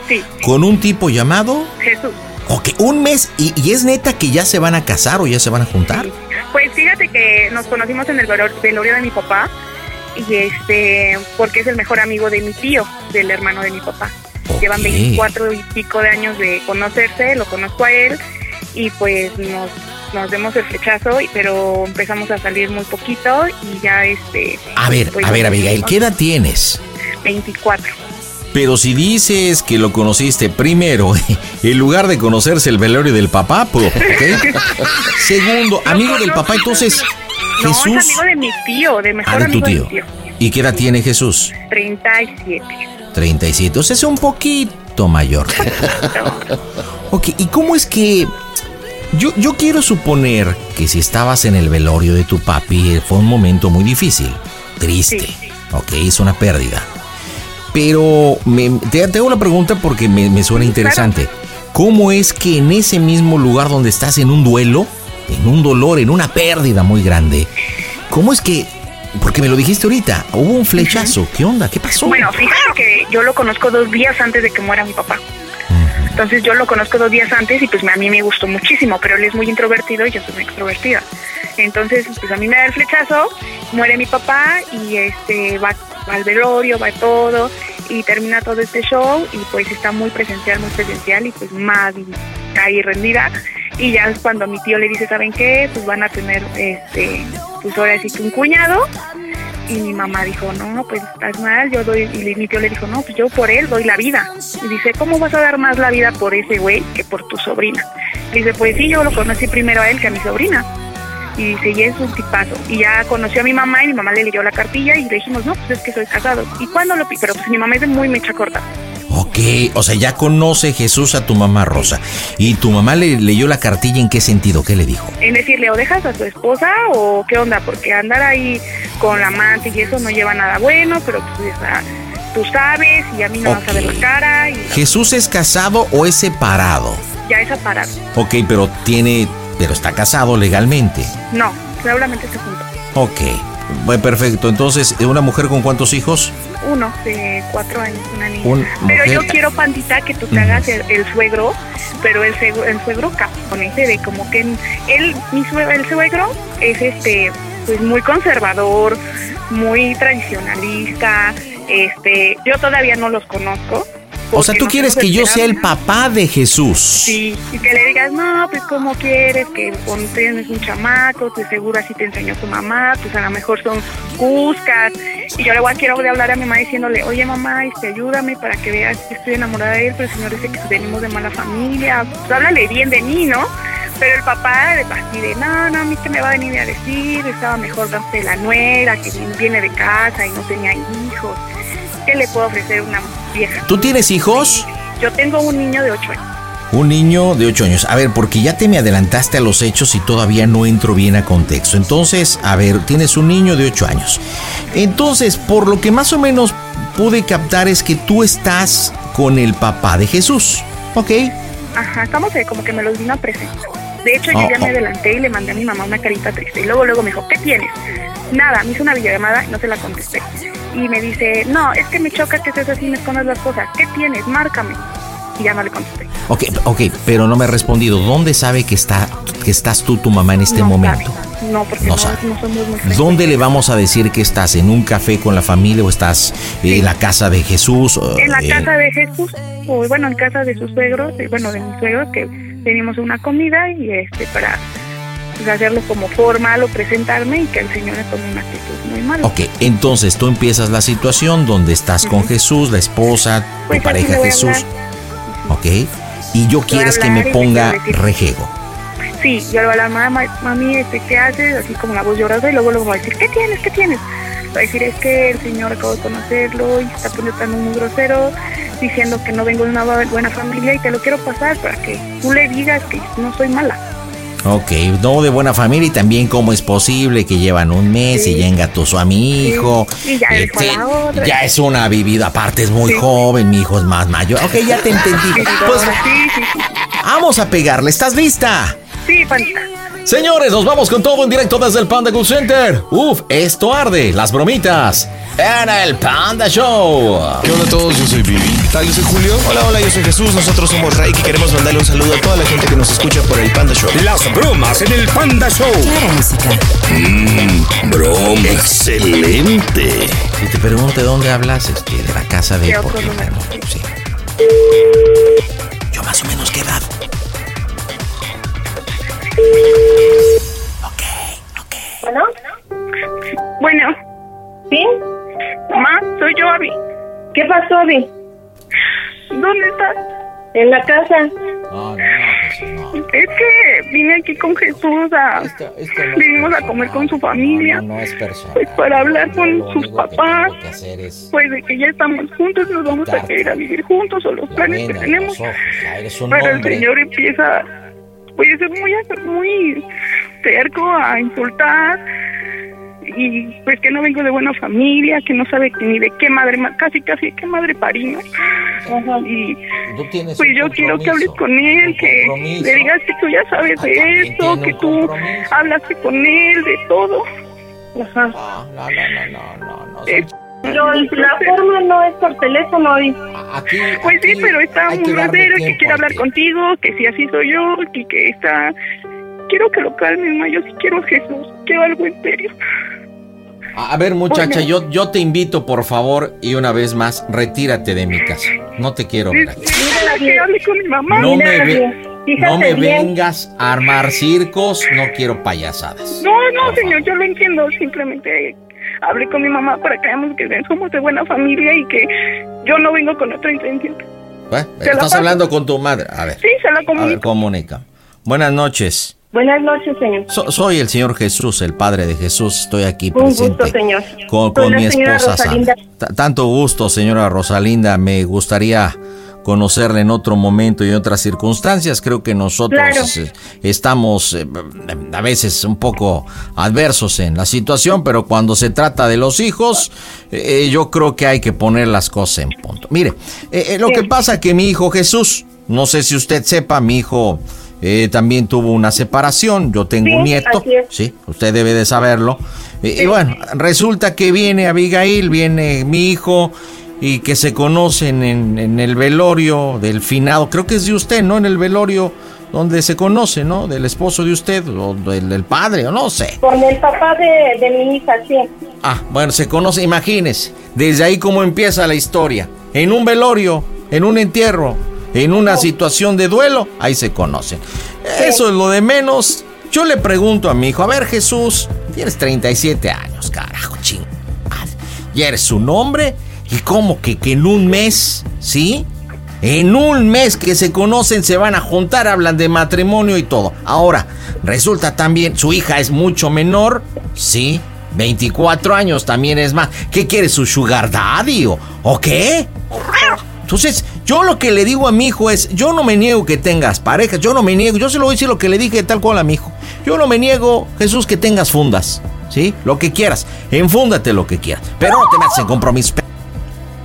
I: Sí,
B: con un tipo llamado.
I: Jesús.
B: Ok, un mes y, y es neta que ya se van a casar o ya se van a juntar.
I: Pues fíjate que nos conocimos en el velor- velorio de mi papá y este porque es el mejor amigo de mi tío, del hermano de mi papá. Llevan 24 y pico de años de conocerse, lo conozco a él y pues nos nos demos el flechazo, y- pero empezamos a salir muy poquito y ya este
B: A ver,
I: pues,
B: a ver, Abigail, ¿qué edad tienes?
I: 24.
B: Pero si dices que lo conociste primero, [laughs] en lugar de conocerse el velorio del papá, pues,
I: [laughs]
B: ¿ok? Segundo, amigo del papá, entonces,
I: No,
B: Jesús.
I: es amigo de mi tío, de mejor
B: Ah, de tu
I: amigo de
B: tío.
I: mi tío.
B: ¿Y qué edad tiene Jesús?
I: 37.
B: 37, o sea, es un poquito mayor. ok, ¿y cómo es que... Yo, yo quiero suponer que si estabas en el velorio de tu papi eh, fue un momento muy difícil, triste, ok, es una pérdida. Pero me, te, te hago una pregunta porque me, me suena interesante. ¿Cómo es que en ese mismo lugar donde estás en un duelo, en un dolor, en una pérdida muy grande, cómo es que... Porque me lo dijiste ahorita, hubo un flechazo, ¿qué onda? ¿Qué pasó?
I: Bueno, fíjate que yo lo conozco dos días antes de que muera mi papá. Entonces yo lo conozco dos días antes y pues me- a mí me gustó muchísimo, pero él es muy introvertido y yo soy muy extrovertida. Entonces pues a mí me da el flechazo, muere mi papá y este va, va al velorio, va todo y termina todo este show y pues está muy presencial, muy presencial y pues más caí rendida. Y ya es cuando mi tío le dice, ¿saben qué? Pues van a tener este, pues ahora sí que un cuñado y mi mamá dijo, no, pues estás mal, yo doy, y mi tío le dijo, no, pues yo por él doy la vida. Y dice, ¿cómo vas a dar más la vida por ese güey que por tu sobrina? Y dice, pues sí, yo lo conocí primero a él que a mi sobrina. Y dice, y es un tipazo. Y ya conoció a mi mamá y mi mamá le leyó la cartilla y le dijimos, no, pues es que soy casado. ¿Y cuándo lo pi-? Pero pues mi mamá es de muy mecha corta.
B: Ok, o sea, ya conoce Jesús a tu mamá Rosa. ¿Y tu mamá le leyó la cartilla en qué sentido? ¿Qué le dijo?
I: En decirle, o dejas a tu esposa o qué onda, porque andar ahí con la amante y eso no lleva nada bueno, pero pues ah, tú sabes y a mí no vas a ver la cara y
B: ¿Jesús es casado o es separado?
I: ya es aparado.
B: Ok, pero tiene, pero está casado legalmente.
I: No, seguramente se junta.
B: Ok, bueno, perfecto. Entonces, ¿una mujer con cuántos hijos?
I: Uno de cuatro años, una niña.
B: Un-
I: pero
B: mujer.
I: yo quiero, Pandita, que tú te
B: Mm.
I: hagas el, el suegro, pero el, segu- el suegro caponete de como que... Él, mi sue- el suegro es este pues muy conservador, muy tradicionalista. este Yo todavía no los conozco.
B: O sea,
I: porque
B: ¿tú
I: nos
B: quieres
I: hemos
B: que yo sea
I: enterado-
B: el papá de Jesús?
I: Sí, y que le digas, no, pues como quieres, que cuando tienes un chamaco, pues seguro así te enseñó tu mamá, pues a lo mejor son cuscas. Y yo luego quiero hablar a mi mamá diciéndole, oye mamá, este, ayúdame para que veas que estoy enamorada de él, pero el señor dice que venimos de mala familia, pues háblale bien de mí, ¿no? Pero el papá de así de, no, no, a mí que me va a venir a decir, estaba mejor darte la nuera, que viene de casa y no tenía hijos. ¿Qué le puedo ofrecer a una vieja?
B: ¿Tú tienes hijos?
I: Yo tengo un niño de ocho años.
B: Un niño de 8 años. A ver, porque ya te me adelantaste a los hechos y todavía no entro bien a contexto. Entonces, a ver, tienes un niño de 8 años. Entonces, por lo que más o menos pude captar es que tú estás con el papá de Jesús. ¿Ok?
I: Ajá, como que, como que me los vino a presentar. De hecho, yo
B: Oh,
I: ya me
B: oh.
I: adelanté y le mandé a mi mamá una carita triste. Y luego, luego me dijo, ¿qué tienes? Nada, me hizo una videollamada y no se la contesté. Y me dice, no, es que me choca que estés así, me escondas las cosas. ¿Qué tienes? Márcame. Y ya no le contesté.
B: Ok, ok, pero no me ha respondido. ¿Dónde sabe que, está, que estás tú, tu mamá, en este
I: No
B: momento?
I: sabe. No, porque
B: No
I: no,
B: sabe.
I: no somos muy frecuentes.
B: ¿Dónde le vamos a decir que estás? ¿En un café con la familia o estás eh, en la casa de Jesús? o,
I: En la
B: eh,
I: casa de Jesús, o bueno, en casa de sus suegros, eh, bueno, de mis suegros, que teníamos una comida y este, para pues, hacerlo como formal o presentarme y que el señor le tome una actitud muy mala.
B: Ok, entonces tú empiezas la situación donde estás con Jesús, la esposa, tu
I: Pues, así
B: pareja
I: le voy a
B: Jesús. Ok, y yo quieres que
I: hablar
B: me
I: y me
B: ponga
I: quiero decir-
B: rejego.
I: Sí, yo le voy a hablar, mamá, mami, este, ¿qué haces? Así como la voz llorosa y luego luego va a decir, ¿qué tienes? ¿Qué tienes? Va a decir, es que el señor acabo de conocerlo y está poniendo tan muy grosero, diciendo que no vengo de una bu- buena familia y te lo quiero pasar para que tú le digas que no soy mala.
B: [laughs] Ok, no de buena familia y también cómo es posible que llevan un mes y ya engatusó a mi hijo.
I: Y ya dijo
B: Este,
I: la otra.
B: Ya es una vivida, aparte es muy joven, mi hijo es más mayor. Ok, ya te entendí.
I: Sí, sí,
B: Pues
I: sí, sí, sí.
B: vamos a pegarle, ¿estás lista?
I: Sí, panita.
B: Señores, nos vamos con todo en directo desde el Panda Good Center. Uf, esto arde, las bromitas. En el Panda Show.
J: ¿Qué onda a todos? Yo soy Vivi. ¿Qué tal? Yo soy Julio. Hola, hola, yo soy Jesús. Nosotros somos Reiki y queremos mandarle un saludo a toda la gente que nos escucha por el Panda Show.
E: Las bromas en el Panda Show.
J: Mm,
E: Mmm, broma. Excelente.
B: Si te pregunto de dónde hablas, este, de la casa de
E: Yo
B: por
E: con
B: qué,
E: una-
B: hermano, sí. Yo más o menos qué edad.
I: Bueno. Bueno. ¿Sí? Mamá, soy yo, Abby. ¿Qué pasó, Abby? ¿Dónde estás? En la casa. Es que vine aquí con Jesús a... Vinimos a comer con su familia.
B: No es persona.
I: Pues para hablar con sus papás.
B: que hacer es
I: Pues de que ya estamos juntos, nos vamos a querer a vivir juntos o los planes que
B: venas,
I: tenemos.
B: los ojos. Ah, eres un
I: Pero el
B: hombre.
I: señor empieza, pues es muy, muy terco a insultar y pues que no vengo de buena familia, que no sabe ni de qué madre, ma- casi casi de qué madre parí, ¿no? Y
B: tienes
I: pues yo quiero que hables con él, que le digas que tú ya
B: Ah,
I: sabes de esto, que tú ah, hablaste con él, de todo. Ajá.
B: Ah, No, no, no, no, no.
I: Eh, la forma no es por teléfono. pues sí, pero está muy grosero, que quiere hablar contigo, que si así soy yo, que, que está... Quiero que lo calmes, ma, yo sí quiero a Jesús, quiero algo en serio.
B: A a ver, muchacha,
I: Bueno.
B: yo, yo te invito, por favor, y una vez más, retírate de mi casa. No te quiero ver aquí.
I: Mira, que hable con mi mamá.
B: No me, ve-
I: bien.
B: no me
I: Fíjate bien.
B: vengas a armar circos, no quiero payasadas.
I: No, no, señor, yo lo entiendo. Simplemente hablé con mi mamá para que veamos que somos de buena familia y que yo no vengo con otra intención.
B: ¿Eh?
I: Te la
B: Estás
I: paso.
B: hablando con tu madre. A ver,
I: Sí, se lo
B: a ver,
I: comunico.
B: comunica. Buenas noches.
K: Buenas noches, señor.
B: So- soy el señor Jesús, el padre de Jesús. Estoy aquí
K: Un
B: presente
K: gusto, señor.
B: con,
K: Soy
B: con
K: la
B: mi
K: señora
B: esposa
K: Rosalinda.
B: Sandra. T- Tanto gusto, señora Rosalinda. Me gustaría conocerla en otro momento y en otras circunstancias. Creo que nosotros
K: Claro.
B: eh, estamos eh, a veces un poco adversos en la situación, pero cuando se trata de los hijos, eh, yo creo que hay que poner las cosas en punto. Mire, eh, eh, lo que pasa que mi hijo Jesús, no sé si usted sepa, mi hijo eh, también tuvo una separación. Yo tengo
K: Sí,
B: un nieto,
K: así es.
B: sí, usted debe de saberlo. Y, y bueno, resulta que viene Abigail, viene mi hijo y que se conocen en, en el velorio del finado, creo que es de usted, ¿no? En el velorio donde se conoce, ¿no? Del esposo de usted o del, del padre, o no sé.
K: Con el papá de, de mi hija, sí.
B: Ah, bueno, se conoce, imagínese, desde ahí cómo empieza la historia. En un velorio, en un entierro, en una situación de duelo, ahí se conocen. Eso es lo de menos. Yo le pregunto a mi hijo, a ver Jesús, tienes 37 años, carajo, ching. Y eres un hombre, y cómo que, que en un mes, ¿sí? En un mes que se conocen, se van a juntar, hablan de matrimonio y todo. Ahora, resulta también, su hija es mucho menor, ¿sí? 24 años también es más. ¿Qué quiere su sugar daddy o, o qué? Entonces, yo lo que le digo a mi hijo es, yo no me niego que tengas parejas, yo no me niego, yo se lo voy a decir lo que le dije tal cual a mi hijo. Yo no me niego, Jesús, que tengas fundas, ¿sí? Lo que quieras, enfúndate lo que quieras, pero no te metas en compromiso.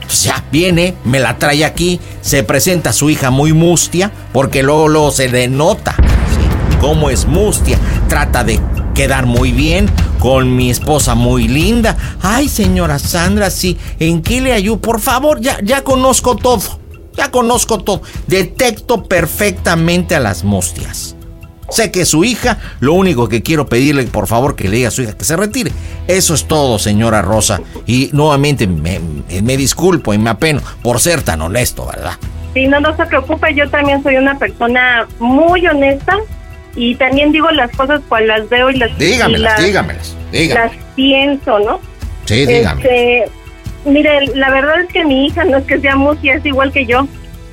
B: Pues ya viene, me la trae aquí, se presenta su hija muy mustia, porque luego, luego se denota ¿sí? cómo es mustia. Trata de quedar muy bien con mi esposa muy linda. Ay, señora Sandra, sí, ¿en qué le ayudo? Por favor, ya, ya conozco todo, ya conozco todo. Detecto perfectamente a las mustias. Sé que es su hija, lo único que quiero pedirle, por favor, que le diga a su hija que se retire. Eso es todo, señora Rosa. Y nuevamente me, me disculpo y me apeno por ser tan honesto, ¿verdad?
K: Sí, no, no se preocupe, yo también soy una persona muy honesta y también digo las cosas cuando las veo y las... y
B: Dígamelas,
K: las-
B: dígamelas, dígamelas.
K: Las pienso, ¿no?
B: Sí, dígame.
K: Este, mire, la verdad es que mi hija no es que sea música, es igual que yo.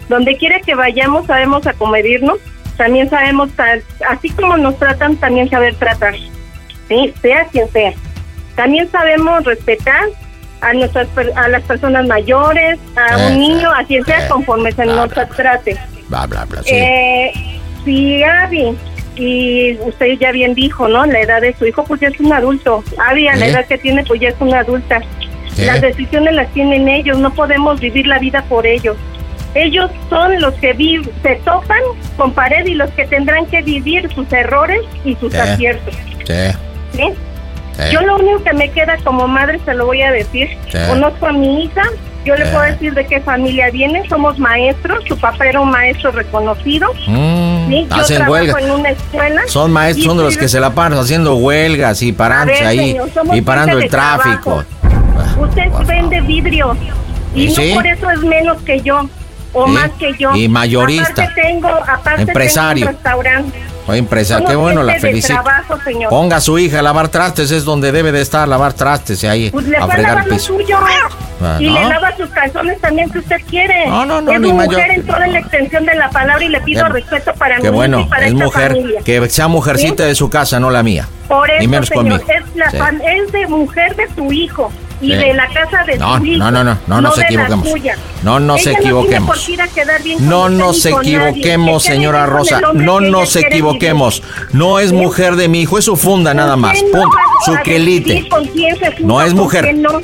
K: Donde quiera que vayamos sabemos acomedirnos, también sabemos, tra- así como nos tratan, también saber tratar. Sí, sea quien sea. También sabemos respetar a nuestras per- a las personas mayores, a
B: Eh,
K: un niño, a quien sea
B: eh,
K: conforme se nos trate.
B: Bla, bla, bla. sí.
K: Eh, sí, Abby, y usted ya bien dijo, ¿no? La edad de su hijo, pues ya es un adulto. Abby, a la
B: ¿Eh?
K: edad que tiene, pues ya es una adulta.
B: ¿Eh?
K: Las decisiones las tienen ellos, no podemos vivir la vida por ellos.
I: Ellos son los que vi- se topan con pared y los que tendrán que vivir sus errores y sus
B: Sí.
I: aciertos.
B: Sí,
I: ¿sí?
B: sí.
I: Yo lo único que me queda como madre se lo voy a decir.
B: Sí.
I: Conozco a mi hija, yo le
B: Sí.
I: puedo decir de qué familia viene, somos maestros, su papá era un maestro reconocido.
B: Mm,
I: ¿sí? Yo
B: hacen
I: trabajo
B: huelga.
I: en una escuela.
B: Son maestros,
I: y
B: son de
I: sí
B: los que
I: les-
B: se la paran haciendo huelgas y parándose
I: A ver,
B: ahí
I: señor, somos
B: y parando
I: gente
B: el
I: de
B: tráfico.
I: trabajo. Usted vende vidrio y
B: ¿Y sí?
I: no por eso es menos que yo o
B: Sí,
I: más que yo.
B: y mayorista.
I: Aparte tengo, aparte
B: Empresario.
I: tengo un restaurante.
B: Oye, empresa,
I: Somos
B: qué bueno,
I: gente
B: la
I: de
B: felicito.
I: trabajo, este señor.
B: Ponga a su hija a lavar trastes, es donde debe de estar, lavar trastes y ahí
I: Pues le
B: a
I: fue a
B: fregar
I: lavar
B: el
I: lo
B: piso.
I: suyo.
B: Ah,
I: y
B: ¿no?
I: le lava sus calzones también que usted quiere.
B: No, no, no,
I: Es
B: ni
I: mujer
B: mayor-
I: en toda la extensión de la palabra y le pido
B: Qué-
I: respeto para mí
B: Qué
I: y
B: bueno,
I: para
B: es
I: esta
B: mujer,
I: familia.
B: que sea mujercita de su casa, no la mía.
I: Por eso,
B: Ni menos
I: señor,
B: conmigo.
I: Es, la
B: Sí.
I: fam- es de mujer de su hijo y
B: Sí.
I: de la casa de
B: No,
I: su hijo.
B: no, no, no, no nos
I: de la
B: equivoquemos.
I: suya.
B: No nos
I: Ella
B: equivoquemos.
I: No, tiene por qué ir a quedar bien con
B: No
I: usted
B: nos
I: ni con nadie.
B: equivoquemos,
I: Que quede
B: señora
I: bien con
B: Rosa.
I: el hombre
B: No
I: que ella
B: nos
I: quiere
B: equivoquemos. No es mujer de mi hijo, es su funda nada
I: vivir.
B: más.
I: Usted no
B: Punto.
I: va
B: Su
I: a
B: quelite.
I: decidir con quién se junta,
B: No es
I: con
B: mujer.
I: quién no.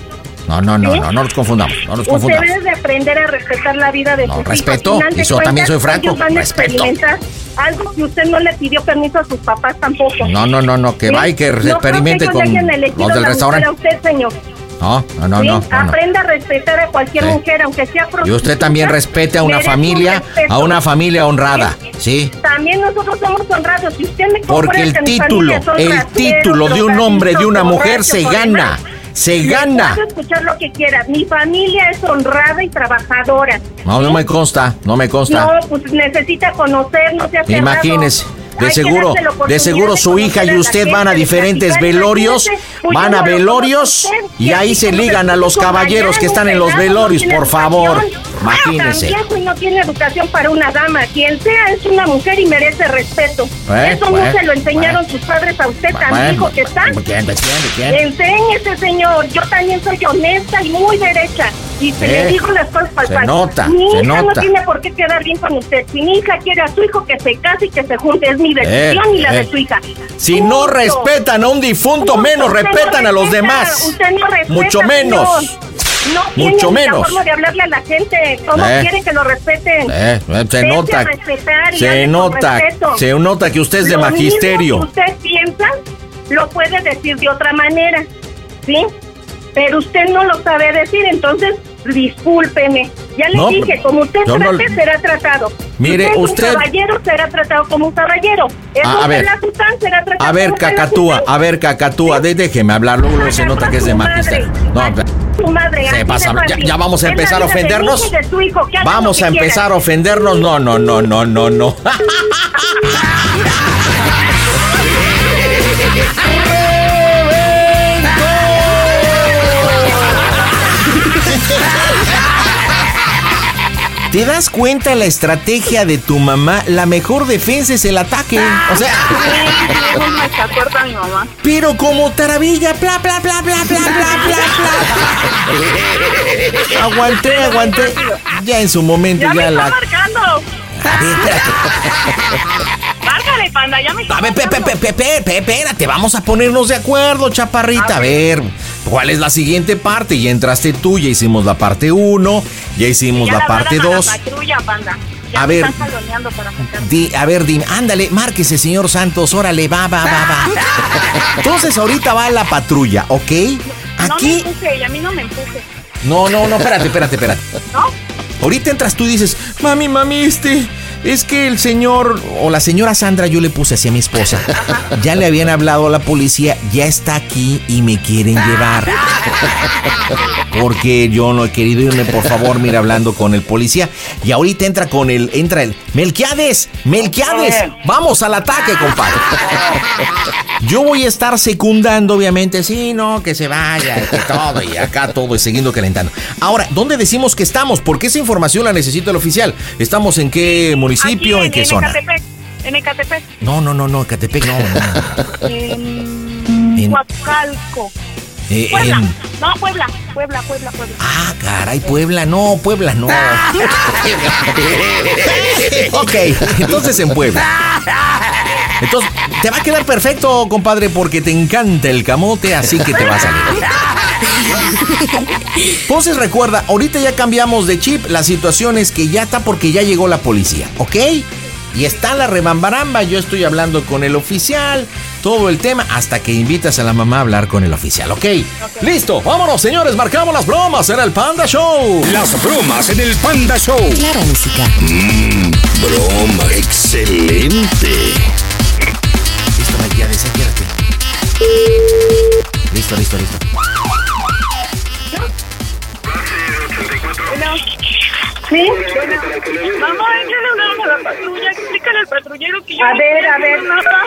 B: No, no, no,
I: ¿Sí?
B: no, no nos confundamos, no nos
I: Usted
B: confundamos.
I: debe de aprender a respetar la vida de
B: No,
I: sus hijos.
B: respeto,
I: Al final de
B: y yo también soy franco,
I: ellos van a
B: respeto.
I: experimentar Algo que usted no le pidió permiso a sus papás tampoco.
B: No, no, no, no, que
I: ¿Sí?
B: va y que
I: No creo
B: experimente
I: ellos
B: con
I: hayan elegido
B: los
I: la
B: del
I: mujer
B: restaurante.
I: A usted, señor.
B: No, no, no,
I: ¿Sí?
B: no, no, no.
I: Aprenda a respetar a cualquier
B: Sí.
I: mujer, aunque sea
B: Y usted
I: prostituta,
B: también respete a una
I: merece un
B: familia,
I: respeto.
B: a una familia honrada, ¿sí?
I: También nosotros somos honrados. Y usted me
B: Porque el título, el título de un hombre, y de una mujer se gana, se gana.
I: Puedo escuchar lo que quiera. Mi familia es honrada y trabajadora.
B: No, no me consta, no me consta.
I: No, pues necesita conocernos. sea cerrado.
B: Imagínese.
I: Hay
B: De
I: que
B: seguro,
I: darse la
B: de
I: oportunidad
B: seguro
I: de
B: su
I: conocer
B: hija
I: a
B: y
I: la
B: usted
I: gente,
B: van a
I: de
B: diferentes
I: platicar,
B: velorios,
I: imagínese,
B: van
I: pues yo
B: a
I: no pues, lo
B: velorios
I: conozco a usted,
B: y ahí se ligan a los caballeros que están en los velorios, por favor. Imagínese.
I: También, pues, no tiene educación para una dama. Quien sea es una mujer y merece respeto.
B: Eh,
I: Eso
B: bueno,
I: no se lo enseñaron sus padres a usted este tan
B: Bueno,
I: hijo que está.
B: ¿quién, quién, quién?
I: Enséñese, señor. Yo también soy honesta y muy derecha. Y se
B: Eh,
I: le dijo las cosas para
B: se nota,
I: Mi
B: se
I: hija
B: nota.
I: no tiene por qué quedar bien con usted. Si mi hija quiere a su hijo que se case y que se junte, es mi decisión y la
B: eh.
I: de su hija.
B: Si no
I: Punto.
B: respetan a un difunto, menos
I: Usted no
B: respetan a los
I: respeta,
B: demás.
I: usted no respeta,
B: Mucho
I: señor.
B: menos.
I: No tiene
B: Mucho
I: ni la
B: menos.
I: forma de hablarle a la gente. ¿Cómo
B: Eh.
I: quieren que lo
B: Eh,
I: respeten?
B: eh, se
I: Vete a
B: nota,
I: respetar y
B: se
I: hable con
B: nota,
I: respeto.
B: se nota que usted es de
I: Lo mismo
B: magisterio.
I: que usted piensa, lo puede decir de otra manera, ¿sí? Pero usted no lo sabe decir, entonces discúlpeme. Ya le
B: No,
I: dije, como usted
B: yo no-
I: trate, será tratado.
B: Mire,
I: si
B: usted- Ah,
I: es un caballero, será tratado como un caballero. Es
B: A- a
I: un
B: ver.
I: pelacután, será tratado
B: A ver,
I: como un
B: cacatúa, a ver, cacatúa, de- déjeme hablar, luego luego se nota que es de magisterio. No,
I: Su madre,
B: Se
I: así
B: pasa,
I: de fácil.
B: ya- ya vamos a
I: Es la
B: empezar a
I: vida de mi hija
B: ofendernos.
I: y de su hijo, que hagan
B: vamos
I: lo
B: a
I: que
B: empezar a ofendernos. No, no, no, no, no, no. [laughs] ¿Te das cuenta la estrategia de tu mamá? La mejor defensa es el ataque. O sea,
G: Me está corta mi mamá.
B: pero como taravilla, bla, bla, bla, bla, bla, bla, bla. Aguanté, aguanté. Ya en su momento, ya,
G: Ya me está
B: la.
G: marcando.
B: A ver, espérate.
G: Márcale, panda, ya me está
B: A ver, pe- pe- pe- pe- pe- pe- espérate, vamos a ponernos de acuerdo, chaparrita. A ver, ¿cuál es la siguiente parte? Ya entraste tú, ya hicimos la parte 1, ya hicimos
G: Ya
B: pues, la parte
G: mandan a la
B: 2.
G: patrulla, panda. Ya
B: A
G: me
B: ver.
G: están jaloneando para sacar.
B: Di- a ver, dime, ándale, márquese, señor Santos, órale, va, va, va,
G: [laughs]
B: va. Entonces ahorita va la patrulla, ¿ok?
G: No me
B: Aquí.
G: empuje, y a mí no me empuje.
B: No, no, no, espérate, espérate, espérate.
G: ¿No?
B: Ahorita entras tú y dices, mami, mami, este, es que el señor o la señora Sandra yo le puse así a mi esposa. Ya le habían hablado a la policía, ya está aquí y me quieren llevar. Porque yo no he querido irme, por favor, mira hablando con el policía. Y ahorita entra con el, entra el, Melquiades, Melquiades, vamos al ataque, compadre. Yo voy a estar secundando, obviamente, sí, no, que se vaya, que todo, y acá todo, y siguiendo calentando. Ahora, ¿dónde decimos que estamos? Porque esa información la necesita el oficial. ¿Estamos en qué municipio, en,
G: Aquí,
B: qué zona?
G: Ecatepec, En Ecatepec.
B: No, no, no, no, Ecatepec, no. no. [laughs]
G: En
B: En-
G: Coacalco.
B: Eh,
G: Puebla.
B: en-
G: No, Puebla. Puebla, Puebla, Puebla.
B: Ah, caray, Puebla, no, Puebla, no.
G: Ah.
B: ok, entonces en Puebla. Entonces, te va a quedar perfecto, compadre, porque te encanta el camote, así que te va a salir.
L: Entonces recuerda, ahorita ya cambiamos de chip. La situación es que ya está porque ya llegó la policía, ¿ok? Y está la rebambaramba. Yo estoy hablando con el oficial, todo el tema, hasta que invitas a la mamá a hablar con el oficial, ¿ok? Listo, vámonos, señores, marcamos las bromas en el Panda Show.
M: Las bromas en el Panda Show.
N: Claro, música.
M: Mmm, broma, excelente.
L: Listo, Mike, ya desenquiérate. Listo, listo, listo.
O: Bueno. ¿Sí? Mamá, échale una mano a la patrulla, explícale al patrullero que yo... A ver, a ver, nada.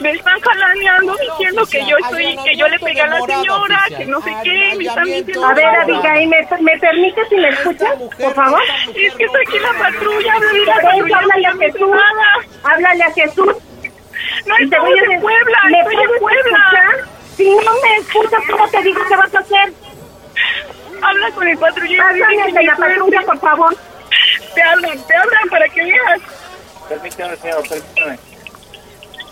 O: Me están jalaneando diciendo que yo estoy, que yo le pegué a la señora, que no sé qué, me están diciendo...
I: A ver, Abigail,
O: ¿me, me permites si me escuchas, por favor? Es que está aquí la patrulla, háblale al patrullero.
I: Háblale a Jesús. Háblale a Jesús.
O: No,
I: Y te
O: estamos
I: voy a
O: en
I: decir-
O: Puebla,
I: ¿Me
O: estoy en
I: puedes
O: Puebla.
I: escuchar? Si no me escuchas, ¿cómo te digo qué vas a hacer?
O: Habla con el patrullero.
I: Háblale
O: dile
I: de
O: que
I: la
O: mi suerte-
I: patrulla, por favor.
O: Te hablan, te hablan para que veas.
G: Permítame, señor, permítame.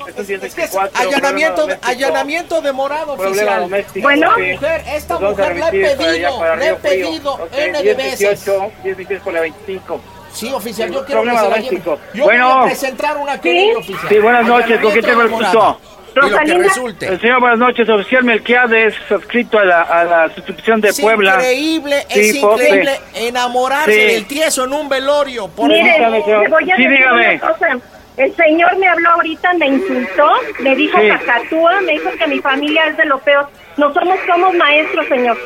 G: Esto sí es
B: Es que es
G: 24,
B: allanamiento,
G: problema doméstico.
B: allanamiento de morada
G: Problema
B: oficial.
G: doméstico,
B: bueno,
G: sí.
B: mujer, esta
G: Nos vamos
B: mujer
G: a
B: le he
G: remitir para allá,
B: pedido,
G: para
B: le he
G: Río Frío.
B: pedido
G: Ok,
B: N de
G: 10,
B: veces.
G: 18, 10, 18 por la 25.
B: Sí, oficial, yo
G: Sí,
B: quiero que
G: problema
B: se la lleve.
G: doméstico.
B: Yo
G: Bueno.
B: voy a presentar una querella oficial.
G: Sí, buenas noches, ¿con quién tengo el
B: Allanamiento
G: gusto?
B: de morada. Y lo que resulte.
G: Eh, Señor, buenas noches, oficial Melquiades, suscrito a la, a la suscripción de
B: Es
G: Puebla.
B: increíble, es
G: Sí, pobre.
B: increíble enamorarse
G: Sí.
B: del tieso en un velorio. Por
I: Mire,
B: favor.
I: le voy a decir una cosa. El señor me habló ahorita, me insultó, me dijo
B: Sí.
I: cacatúa, me dijo que mi familia es de lo peor. Nosotros somos maestros, señor.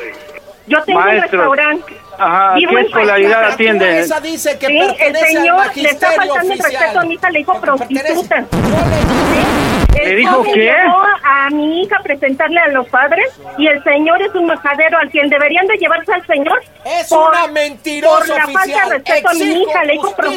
I: Yo tengo
G: Maestros.
I: un restaurante.
G: Ajá,
I: Vivo
G: ¿qué
I: en
G: escolaridad
I: Pachuca.
G: atiende? Esa
B: dice que
I: Sí, el
B: pertenece al
I: señor le está
B: magisterio
I: faltando el
B: oficial.
I: respeto a mi hija, le dijo prostituta. Sí.
G: ¿Le
I: El
G: dijo
I: joven
G: qué?
I: llevó a mi hija a presentarle a los padres y el señor es un majadero al quien deberían de llevarse al señor
B: Es
I: por-
B: una mentirosa
I: por la falta
B: oficial.
I: de respeto a mi
B: Exijo
I: hija, le dijo
B: justicia.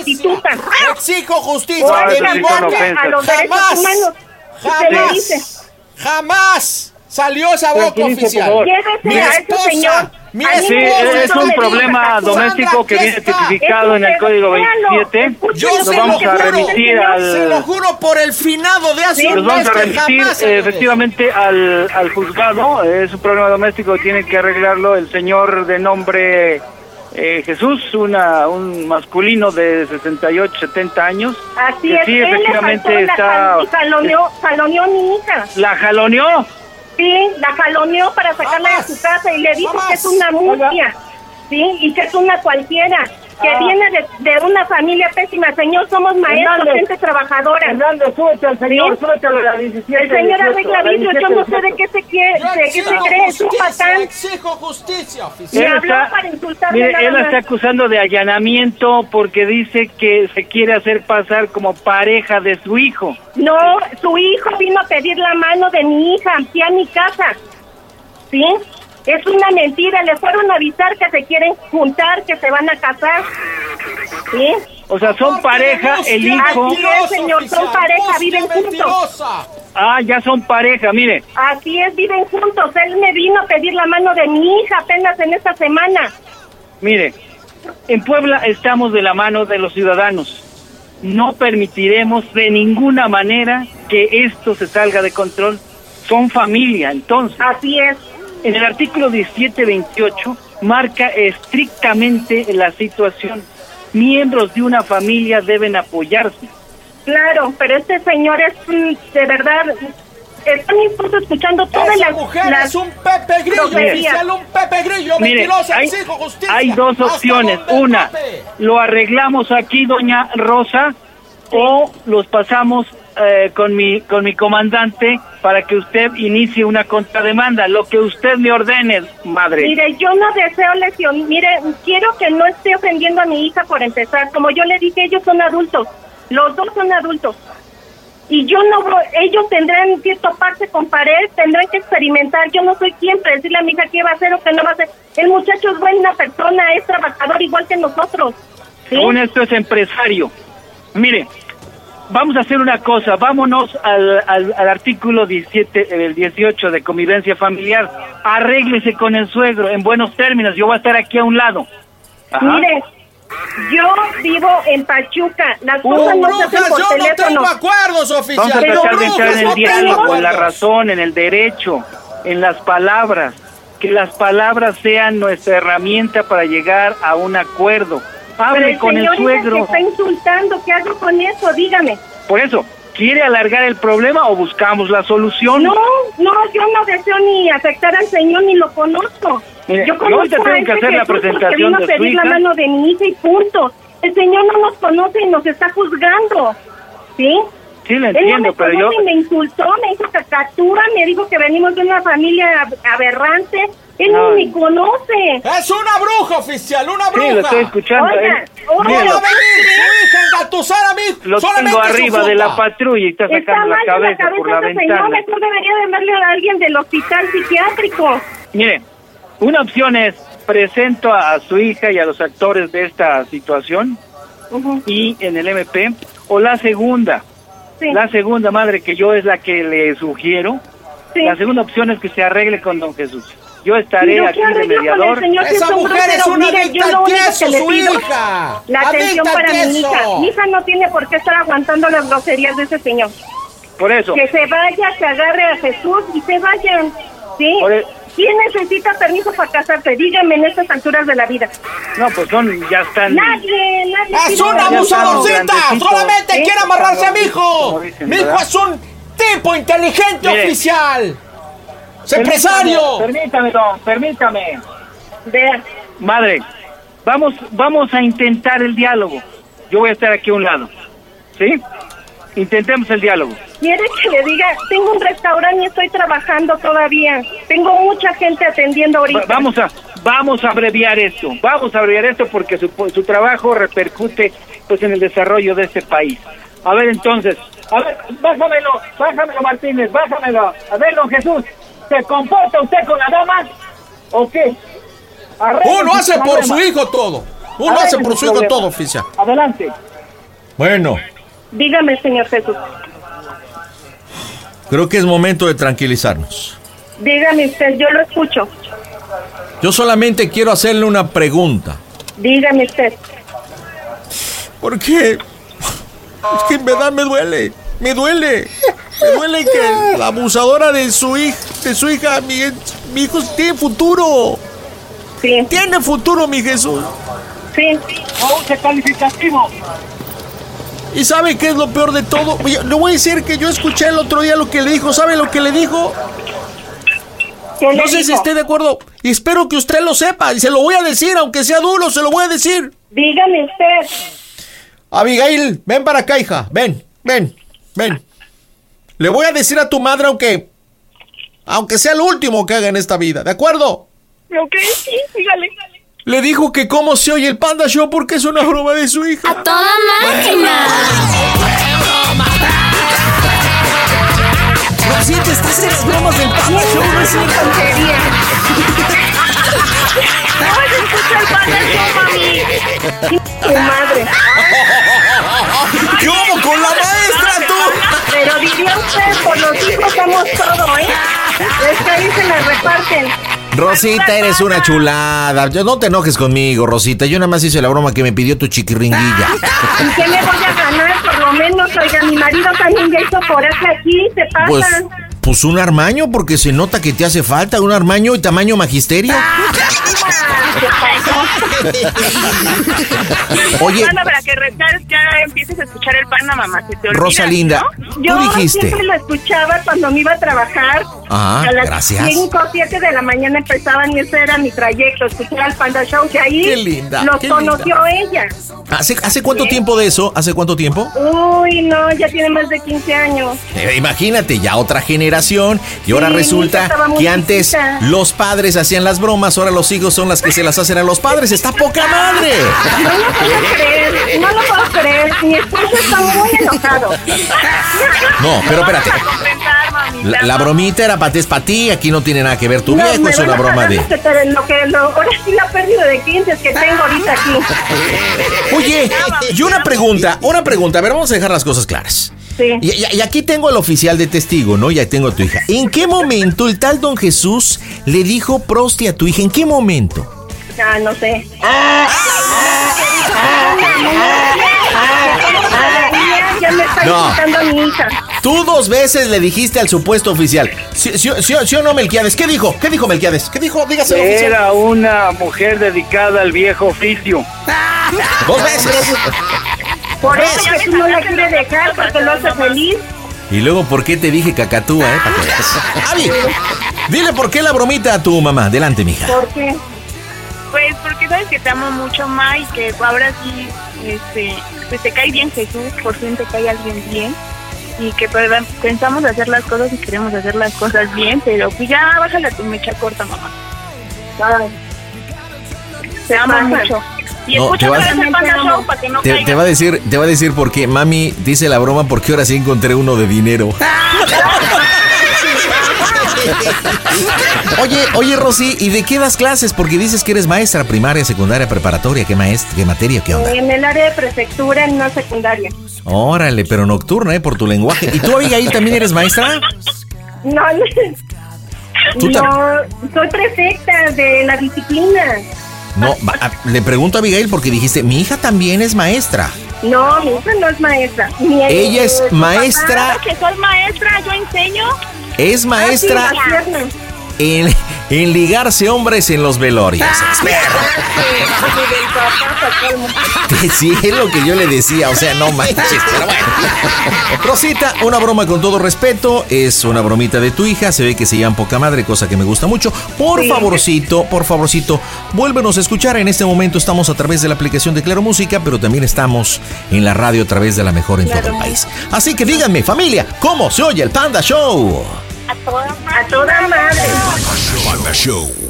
I: prostituta. ¡ah!
B: Exijo justicia
I: Por
B: de
I: la
B: mi
I: falta
B: boca.
I: a los derechos
B: Jamás.
I: humanos. Y se le dice,
B: Jamás. Jamás salió esa boca
G: Tranquilice, por
B: oficial.
G: favor. Llévese a ese señor.
B: mi
G: A mí
B: esposa.
G: Sí, no es me un diga problema Cassandra, doméstico que
B: aquí
G: viene
B: está.
G: tipificado en el
B: Eso,
G: Código
B: véalo.
G: 27.
B: Escuche
G: Lo
B: usted
G: vamos
B: lo que
G: a
B: juro.
G: remitir al-
B: Se lo juro por el finado de hace
G: Sí,
B: un
G: los vamos
B: mes
G: a
B: que
G: remitir
B: jamás,
G: eh,
B: señores.
G: efectivamente al, al juzgado. Es un problema doméstico, tiene que arreglarlo el señor de nombre eh, Jesús, una, un masculino de 68, 70 años.
I: Así
G: que
I: es,
G: sí,
I: él le faltó
G: efectivamente
I: la
G: está.
I: jal- y jaloneó, jaloneó a mi hija.
G: ¿La jaloneó?
I: Sí, la jaloneó para sacarla de su casa y le dijo que es una mucia, sí, y que es una cualquiera, que
O: Ah.
I: viene de, de una familia pésima. Señor, somos maestros,
O: Hernández.
I: gente trabajadora.
O: Hernández, súbete al señor,
I: ¿Sí?
O: súbete a la 17,
I: El señor
O: 18,
I: arregla
O: la
I: vidrio, yo
O: 17,
I: no sé de qué se quiere,
B: Yo
I: de qué se
B: exijo
I: cree, es un
B: justicia,
I: patán.
B: Exijo justicia oficial.
I: Me
G: Él
I: habló
G: está-
I: para insultarme
G: Mire,
I: nada
G: él la
I: más.
G: está acusando de allanamiento porque dice que se quiere hacer pasar como pareja de su hijo.
I: No, su hijo vino a pedir la mano de mi hija aquí a mi casa. ¿Sí? Es una mentira, le fueron a avisar que se quieren juntar, que se van a casar. ¿Sí?
G: O sea, son pareja, el hijo.
I: Así es, señor, son pareja, viven juntos.
G: Ah, ya son pareja, mire.
I: Así es, viven juntos. Él me vino a pedir la mano de mi hija apenas en esta semana.
G: Mire, en Puebla estamos de la mano de los ciudadanos. No permitiremos de ninguna manera que esto se salga de control. Son familia, entonces.
I: Así es.
G: En el artículo 1728 marca estrictamente la situación. Miembros de una familia deben apoyarse.
I: Claro, pero este señor es mm, de verdad. Están mi esposo escuchando todas
B: Esa
I: las.
B: mujer
I: las
B: es un Pepe Grillo
I: groserías.
B: oficial, un Pepe Grillo
G: Mire,
B: mentiroso,
G: hay,
B: exijo justicia.
G: hay dos
B: Hasta
G: opciones.
B: donde
G: Una,
B: tape.
G: lo arreglamos aquí, doña Rosa, o los pasamos eh, con, mi, con mi comandante para que usted inicie una contrademanda, lo que usted me ordene, madre.
I: Mire, yo no deseo lesión. Mire, quiero que no esté ofendiendo a mi hija por empezar. Como yo le dije, ellos son adultos. Los dos son adultos. Y yo no, voy- ellos tendrán que toparse con pared, tendrán que experimentar. Yo no soy quien para decirle a mi hija qué va a hacer o qué no va a hacer. El muchacho es buena persona, es trabajador igual que nosotros. ¿sí?
G: Según esto es empresario. Mire, vamos a hacer una cosa, vámonos al, al- al artículo 17, el 18 de convivencia familiar. Arréglese con el suegro en buenos términos, yo voy a estar aquí a un lado. Ajá.
I: Mire, yo vivo en Pachuca. Las
G: Uh,
I: cosas
B: Con
I: no se hacen
B: brujas
I: por
B: yo no
I: teléfono.
B: tengo acuerdos oficial.
G: Vamos a
B: Pero
G: tratar de entrar
B: brujas
G: en el
B: no tengo
G: diálogo, en la
B: acuerdos.
G: razón, en el derecho, en las palabras. que las palabras sean nuestra herramienta para llegar a un acuerdo.
I: Pero
G: Hable
I: el
G: con el
I: señor es el que
G: suegro.
I: está insultando, ¿qué hago con eso? Dígame.
G: Por eso, ¿quiere alargar el problema o buscamos la solución?
I: No, no, yo no deseo ni afectar al señor ni lo conozco.
G: Mire,
I: yo
G: yo Eh, ahorita tengo
I: a
G: que
I: este
G: hacer la
I: Jesús porque
G: presentación
I: vino
G: de
I: a
G: su
I: pedir la
G: hija.
I: mano de mi hija y punto. El señor no nos conoce y nos está juzgando, ¿sí?
G: Sí, lo
I: Él
G: entiendo,
I: no me
G: pero yo...
I: conoce y me insultó, me hizo cacatura, me dijo que venimos de una familia ab- aberrante. Él
G: No.
I: ni me conoce.
P: ¡Es una bruja, oficial! ¡Una
G: Sí,
P: bruja!
G: lo estoy escuchando.
I: Oiga,
G: eh.
P: ¡No va a
G: Mire,
P: venir mi hija a engatusar a mí!
G: lo
P: solamente
G: tengo
P: su
G: arriba de la
P: fruta.
G: patrulla y está
I: Está
G: sacando
I: mal
G: la
I: de la
G: cabeza
I: cabeza
G: por la
I: este señor,
G: ventana.
I: mejor debería de verle a alguien del hospital psiquiátrico.
G: Mire, una opción es presento a, a su hija y a los actores de esta situación y en el MP o la segunda, la segunda madre que yo es la que le sugiero. La segunda opción es que se arregle con don Jesús. Yo estaré
I: Pero ¿qué
G: aquí de
I: arreglo con el
G: mediador.
I: señor si
P: Esa
I: un
P: mujer es una
I: Mire,
P: adicta
I: yo lo
P: al
I: único
P: queso,
I: que le
P: su
I: pido,
P: hija.
I: La
P: Adicta
I: atención
P: al
I: para mi
P: queso.
I: hija. Mi hija no tiene por qué estar aguantando las groserías de ese señor.
G: Por eso.
I: Que se vaya, que agarre a Jesús y se vayan. ¿Sí?
G: Por el-
I: ¿Quién necesita permiso para casarse? Dígame en estas alturas de la vida.
G: No, pues son, ya están.
I: Nadie, nadie.
P: ¡Es
I: tiene-
P: una
G: Ya estamos
P: abusadorcita!
G: grandecitos.
P: ¡Solamente
G: Sí,
P: quiere amarrarse a mi hijo!
G: como dicen,
P: ¡Mi hijo
G: ¿verdad?
P: es un tipo inteligente
G: Mire.
P: oficial! ¡Es empresario!
G: Permítame, don, permítame.
I: Vea.
G: Madre, vamos, vamos a intentar el diálogo. Yo voy a estar aquí a un lado. ¿Sí? Intentemos el diálogo.
I: Quiere que le diga, tengo un restaurante y estoy trabajando todavía. Tengo mucha gente atendiendo ahorita.
G: Va- Vamos a, vamos a abreviar esto. Vamos a abreviar esto porque su, su trabajo repercute pues en el desarrollo de este país. A ver, entonces. A ver, bájamelo, bájamelo, Martínez, bájamelo. A ver, don Jesús, ¿se comporta usted con la dama o qué? Arregle
P: Uno
G: su
P: Oh, hace por su
G: problema.
P: hijo todo. Uno
G: Arregle
P: hace por
G: su
P: su hijo
G: problema.
P: todo, oficial.
G: Adelante.
B: Bueno,
I: Dígame, señor Jesús.
B: creo que es momento de tranquilizarnos.
I: Dígame usted, yo lo escucho.
B: Yo solamente quiero hacerle una pregunta.
I: Dígame usted.
B: ¿Por qué? Es que en verdad me duele. Me duele. Me duele que la abusadora de su hija, de su hija, mi, mi hijo tiene futuro. Tiene futuro, mi Jesús.
I: Sí. Oh,
G: No use calificativo.
B: ¿Y sabe qué es lo peor de todo? Yo- Le voy a decir que yo escuché el otro día lo que le dijo. ¿Sabe lo que le dijo?
I: ¿Qué le
B: no sé si
I: dijo?
B: esté de acuerdo. Y espero que usted lo sepa. Y se lo voy a decir, aunque sea duro, se lo voy a decir.
I: Dígame usted.
B: Abigail, ven para acá, hija. Ven, ven, ven. Le voy a decir a tu madre, aunque. Aunque sea lo último que haga en esta vida, ¿de acuerdo?
I: Ok, sí, dígale.
B: Le dijo que cómo se oye el Panda Show porque es una broma de su hija. ¡A
Q: toda máquina!
B: Rosita, estás en las bromas del Panda Show, no es cierto.
I: ¡Ay, escucha el padre mami! ¡Tu madre!
B: ¿Cómo con la maestra tú?
I: Pero diría usted, por los hijos somos todo, ¿eh? Es que ahí se me reparten.
B: Rosita, eres una chulada. Yo- no te enojes conmigo, Rosita. Yo nada más hice la broma que me pidió tu chiquiringuilla.
I: ¿Y qué me voy a ganar? Por lo menos, oiga, mi marido también ya hizo por aquí, se pasa.
B: Pues, pues un armaño, porque se nota que te hace falta un armaño y tamaño magisterio.
I: [laughs]
B: Oye.
R: Bueno, para que recién ya empieces a escuchar el pana, mamá. Se te olvida,
B: Rosalinda,
R: ¿no?
B: tú
I: Yo
B: dijiste.
I: siempre lo escuchaba cuando me iba a trabajar.
B: Ah,
I: a las
B: gracias.
I: 5 o 7 de la mañana empezaban y ese era mi trayecto, escuchar al Panda Show. Que ahí
B: Qué linda,
I: los
B: qué
I: conoció ella.
B: ¿Hace, hace cuánto
I: Sí.
B: tiempo de eso? ¿Hace cuánto tiempo?
I: Uy, no, ya tiene más de 15 años.
B: Eh, imagínate, ya otra generación y ahora
I: Sí, yo
B: resulta
I: estaba muy
B: que antes
I: chiquita.
B: los padres hacían las bromas, ahora los hijos son las que se las hacen a los padres. ¡Está poca madre!
I: No lo puedo creer, no lo puedo creer. Mi esposo está muy enojado.
B: No, pero espérate.
R: Vamos a compensar, mamita.
B: La, la bromita era para ti, es para ti, aquí no tiene nada que ver tu
I: No,
B: viejo,
I: me
B: es
I: van
B: una
I: a
B: broma
I: pagar
B: de...
I: lo que te- lo que- lo- ahora sí la pérdida de 15 que tengo ahorita aquí.
B: Oye, y una pregunta, una pregunta, a ver, vamos a dejar las cosas claras.
I: Sí.
B: Y, y- y aquí tengo al oficial de testigo, ¿no? Ya tengo a tu hija. ¿En qué momento el tal don Jesús le dijo prosti a tu hija? ¿En qué momento?
I: Ah, no sé.
K: ya me está
B: No.
K: insultando a mi hija.
B: Tú dos veces le dijiste al supuesto oficial. ¿Sí, sí- sí- sí o no, Melquiades? ¿Qué dijo? ¿Qué dijo Melquiades? ¿Qué dijo? Dígaselo oficial.
S: Era una mujer dedicada al viejo oficio.
B: Dos veces.
K: Por eso que tú no la quieres dejar porque lo hace feliz.
B: Y luego, ¿por qué te dije cacatúa, eh? Para que veas. Abby, dile por qué la bromita a tu mamá. Adelante, mija.
K: ¿Por qué?
I: Pues porque sabes que te amo mucho, Ma, y que ahora sí, este, pues te cae bien Jesús, por fin te cae alguien bien. Y que pues, pensamos hacer las cosas y queremos hacer las cosas bien, pero pues ya bájale a tu mecha corta, mamá. Te amo
K: Bájala.
I: mucho. Y
B: No,
I: escucha
B: te vas-
I: otra vez el Panda Show para que no
B: Te,
I: caigas.
B: te va a decir, te va a decir porque mami dice la broma porque ahora sí encontré uno de dinero. Oye, oye Rosy, ¿y de qué das clases? Porque dices que eres maestra primaria, secundaria, preparatoria, ¿qué maestra, qué materia, qué onda?
K: En el área de prefectura, en una secundaria.
B: Órale, pero nocturna, eh, por tu lenguaje. ¿Y tú Abigail también eres maestra?
K: No, no.
B: Tú tam-
K: No, soy prefecta de la disciplina.
B: No, va- a- le pregunto a Abigail porque dijiste, mi hija también es maestra.
K: No, mi hija no es maestra. Ni el-
B: Ella es
K: su
B: maestra.
K: papá.
I: que soy maestra, yo enseño.
B: Es maestra
K: Ah, sí, la pierna.
B: en, en ligarse hombres en los
K: Ah,
B: velorios. Experta.
K: pues,
B: [laughs] Sí, es lo que yo le decía, o sea, no manches, pero bueno. Rosita, una broma con todo respeto, es una bromita de tu hija, se ve que se llevan poca madre, cosa que me gusta mucho. Por
K: Sí.
B: favorcito, por favorcito, vuélvenos a escuchar. En este momento estamos a través de la aplicación de Claro Música, pero también estamos en la radio a través de la mejor en todo el país. Así que díganme, familia, ¿cómo se oye el Panda Show?
K: A toda madre.
E: Panda Show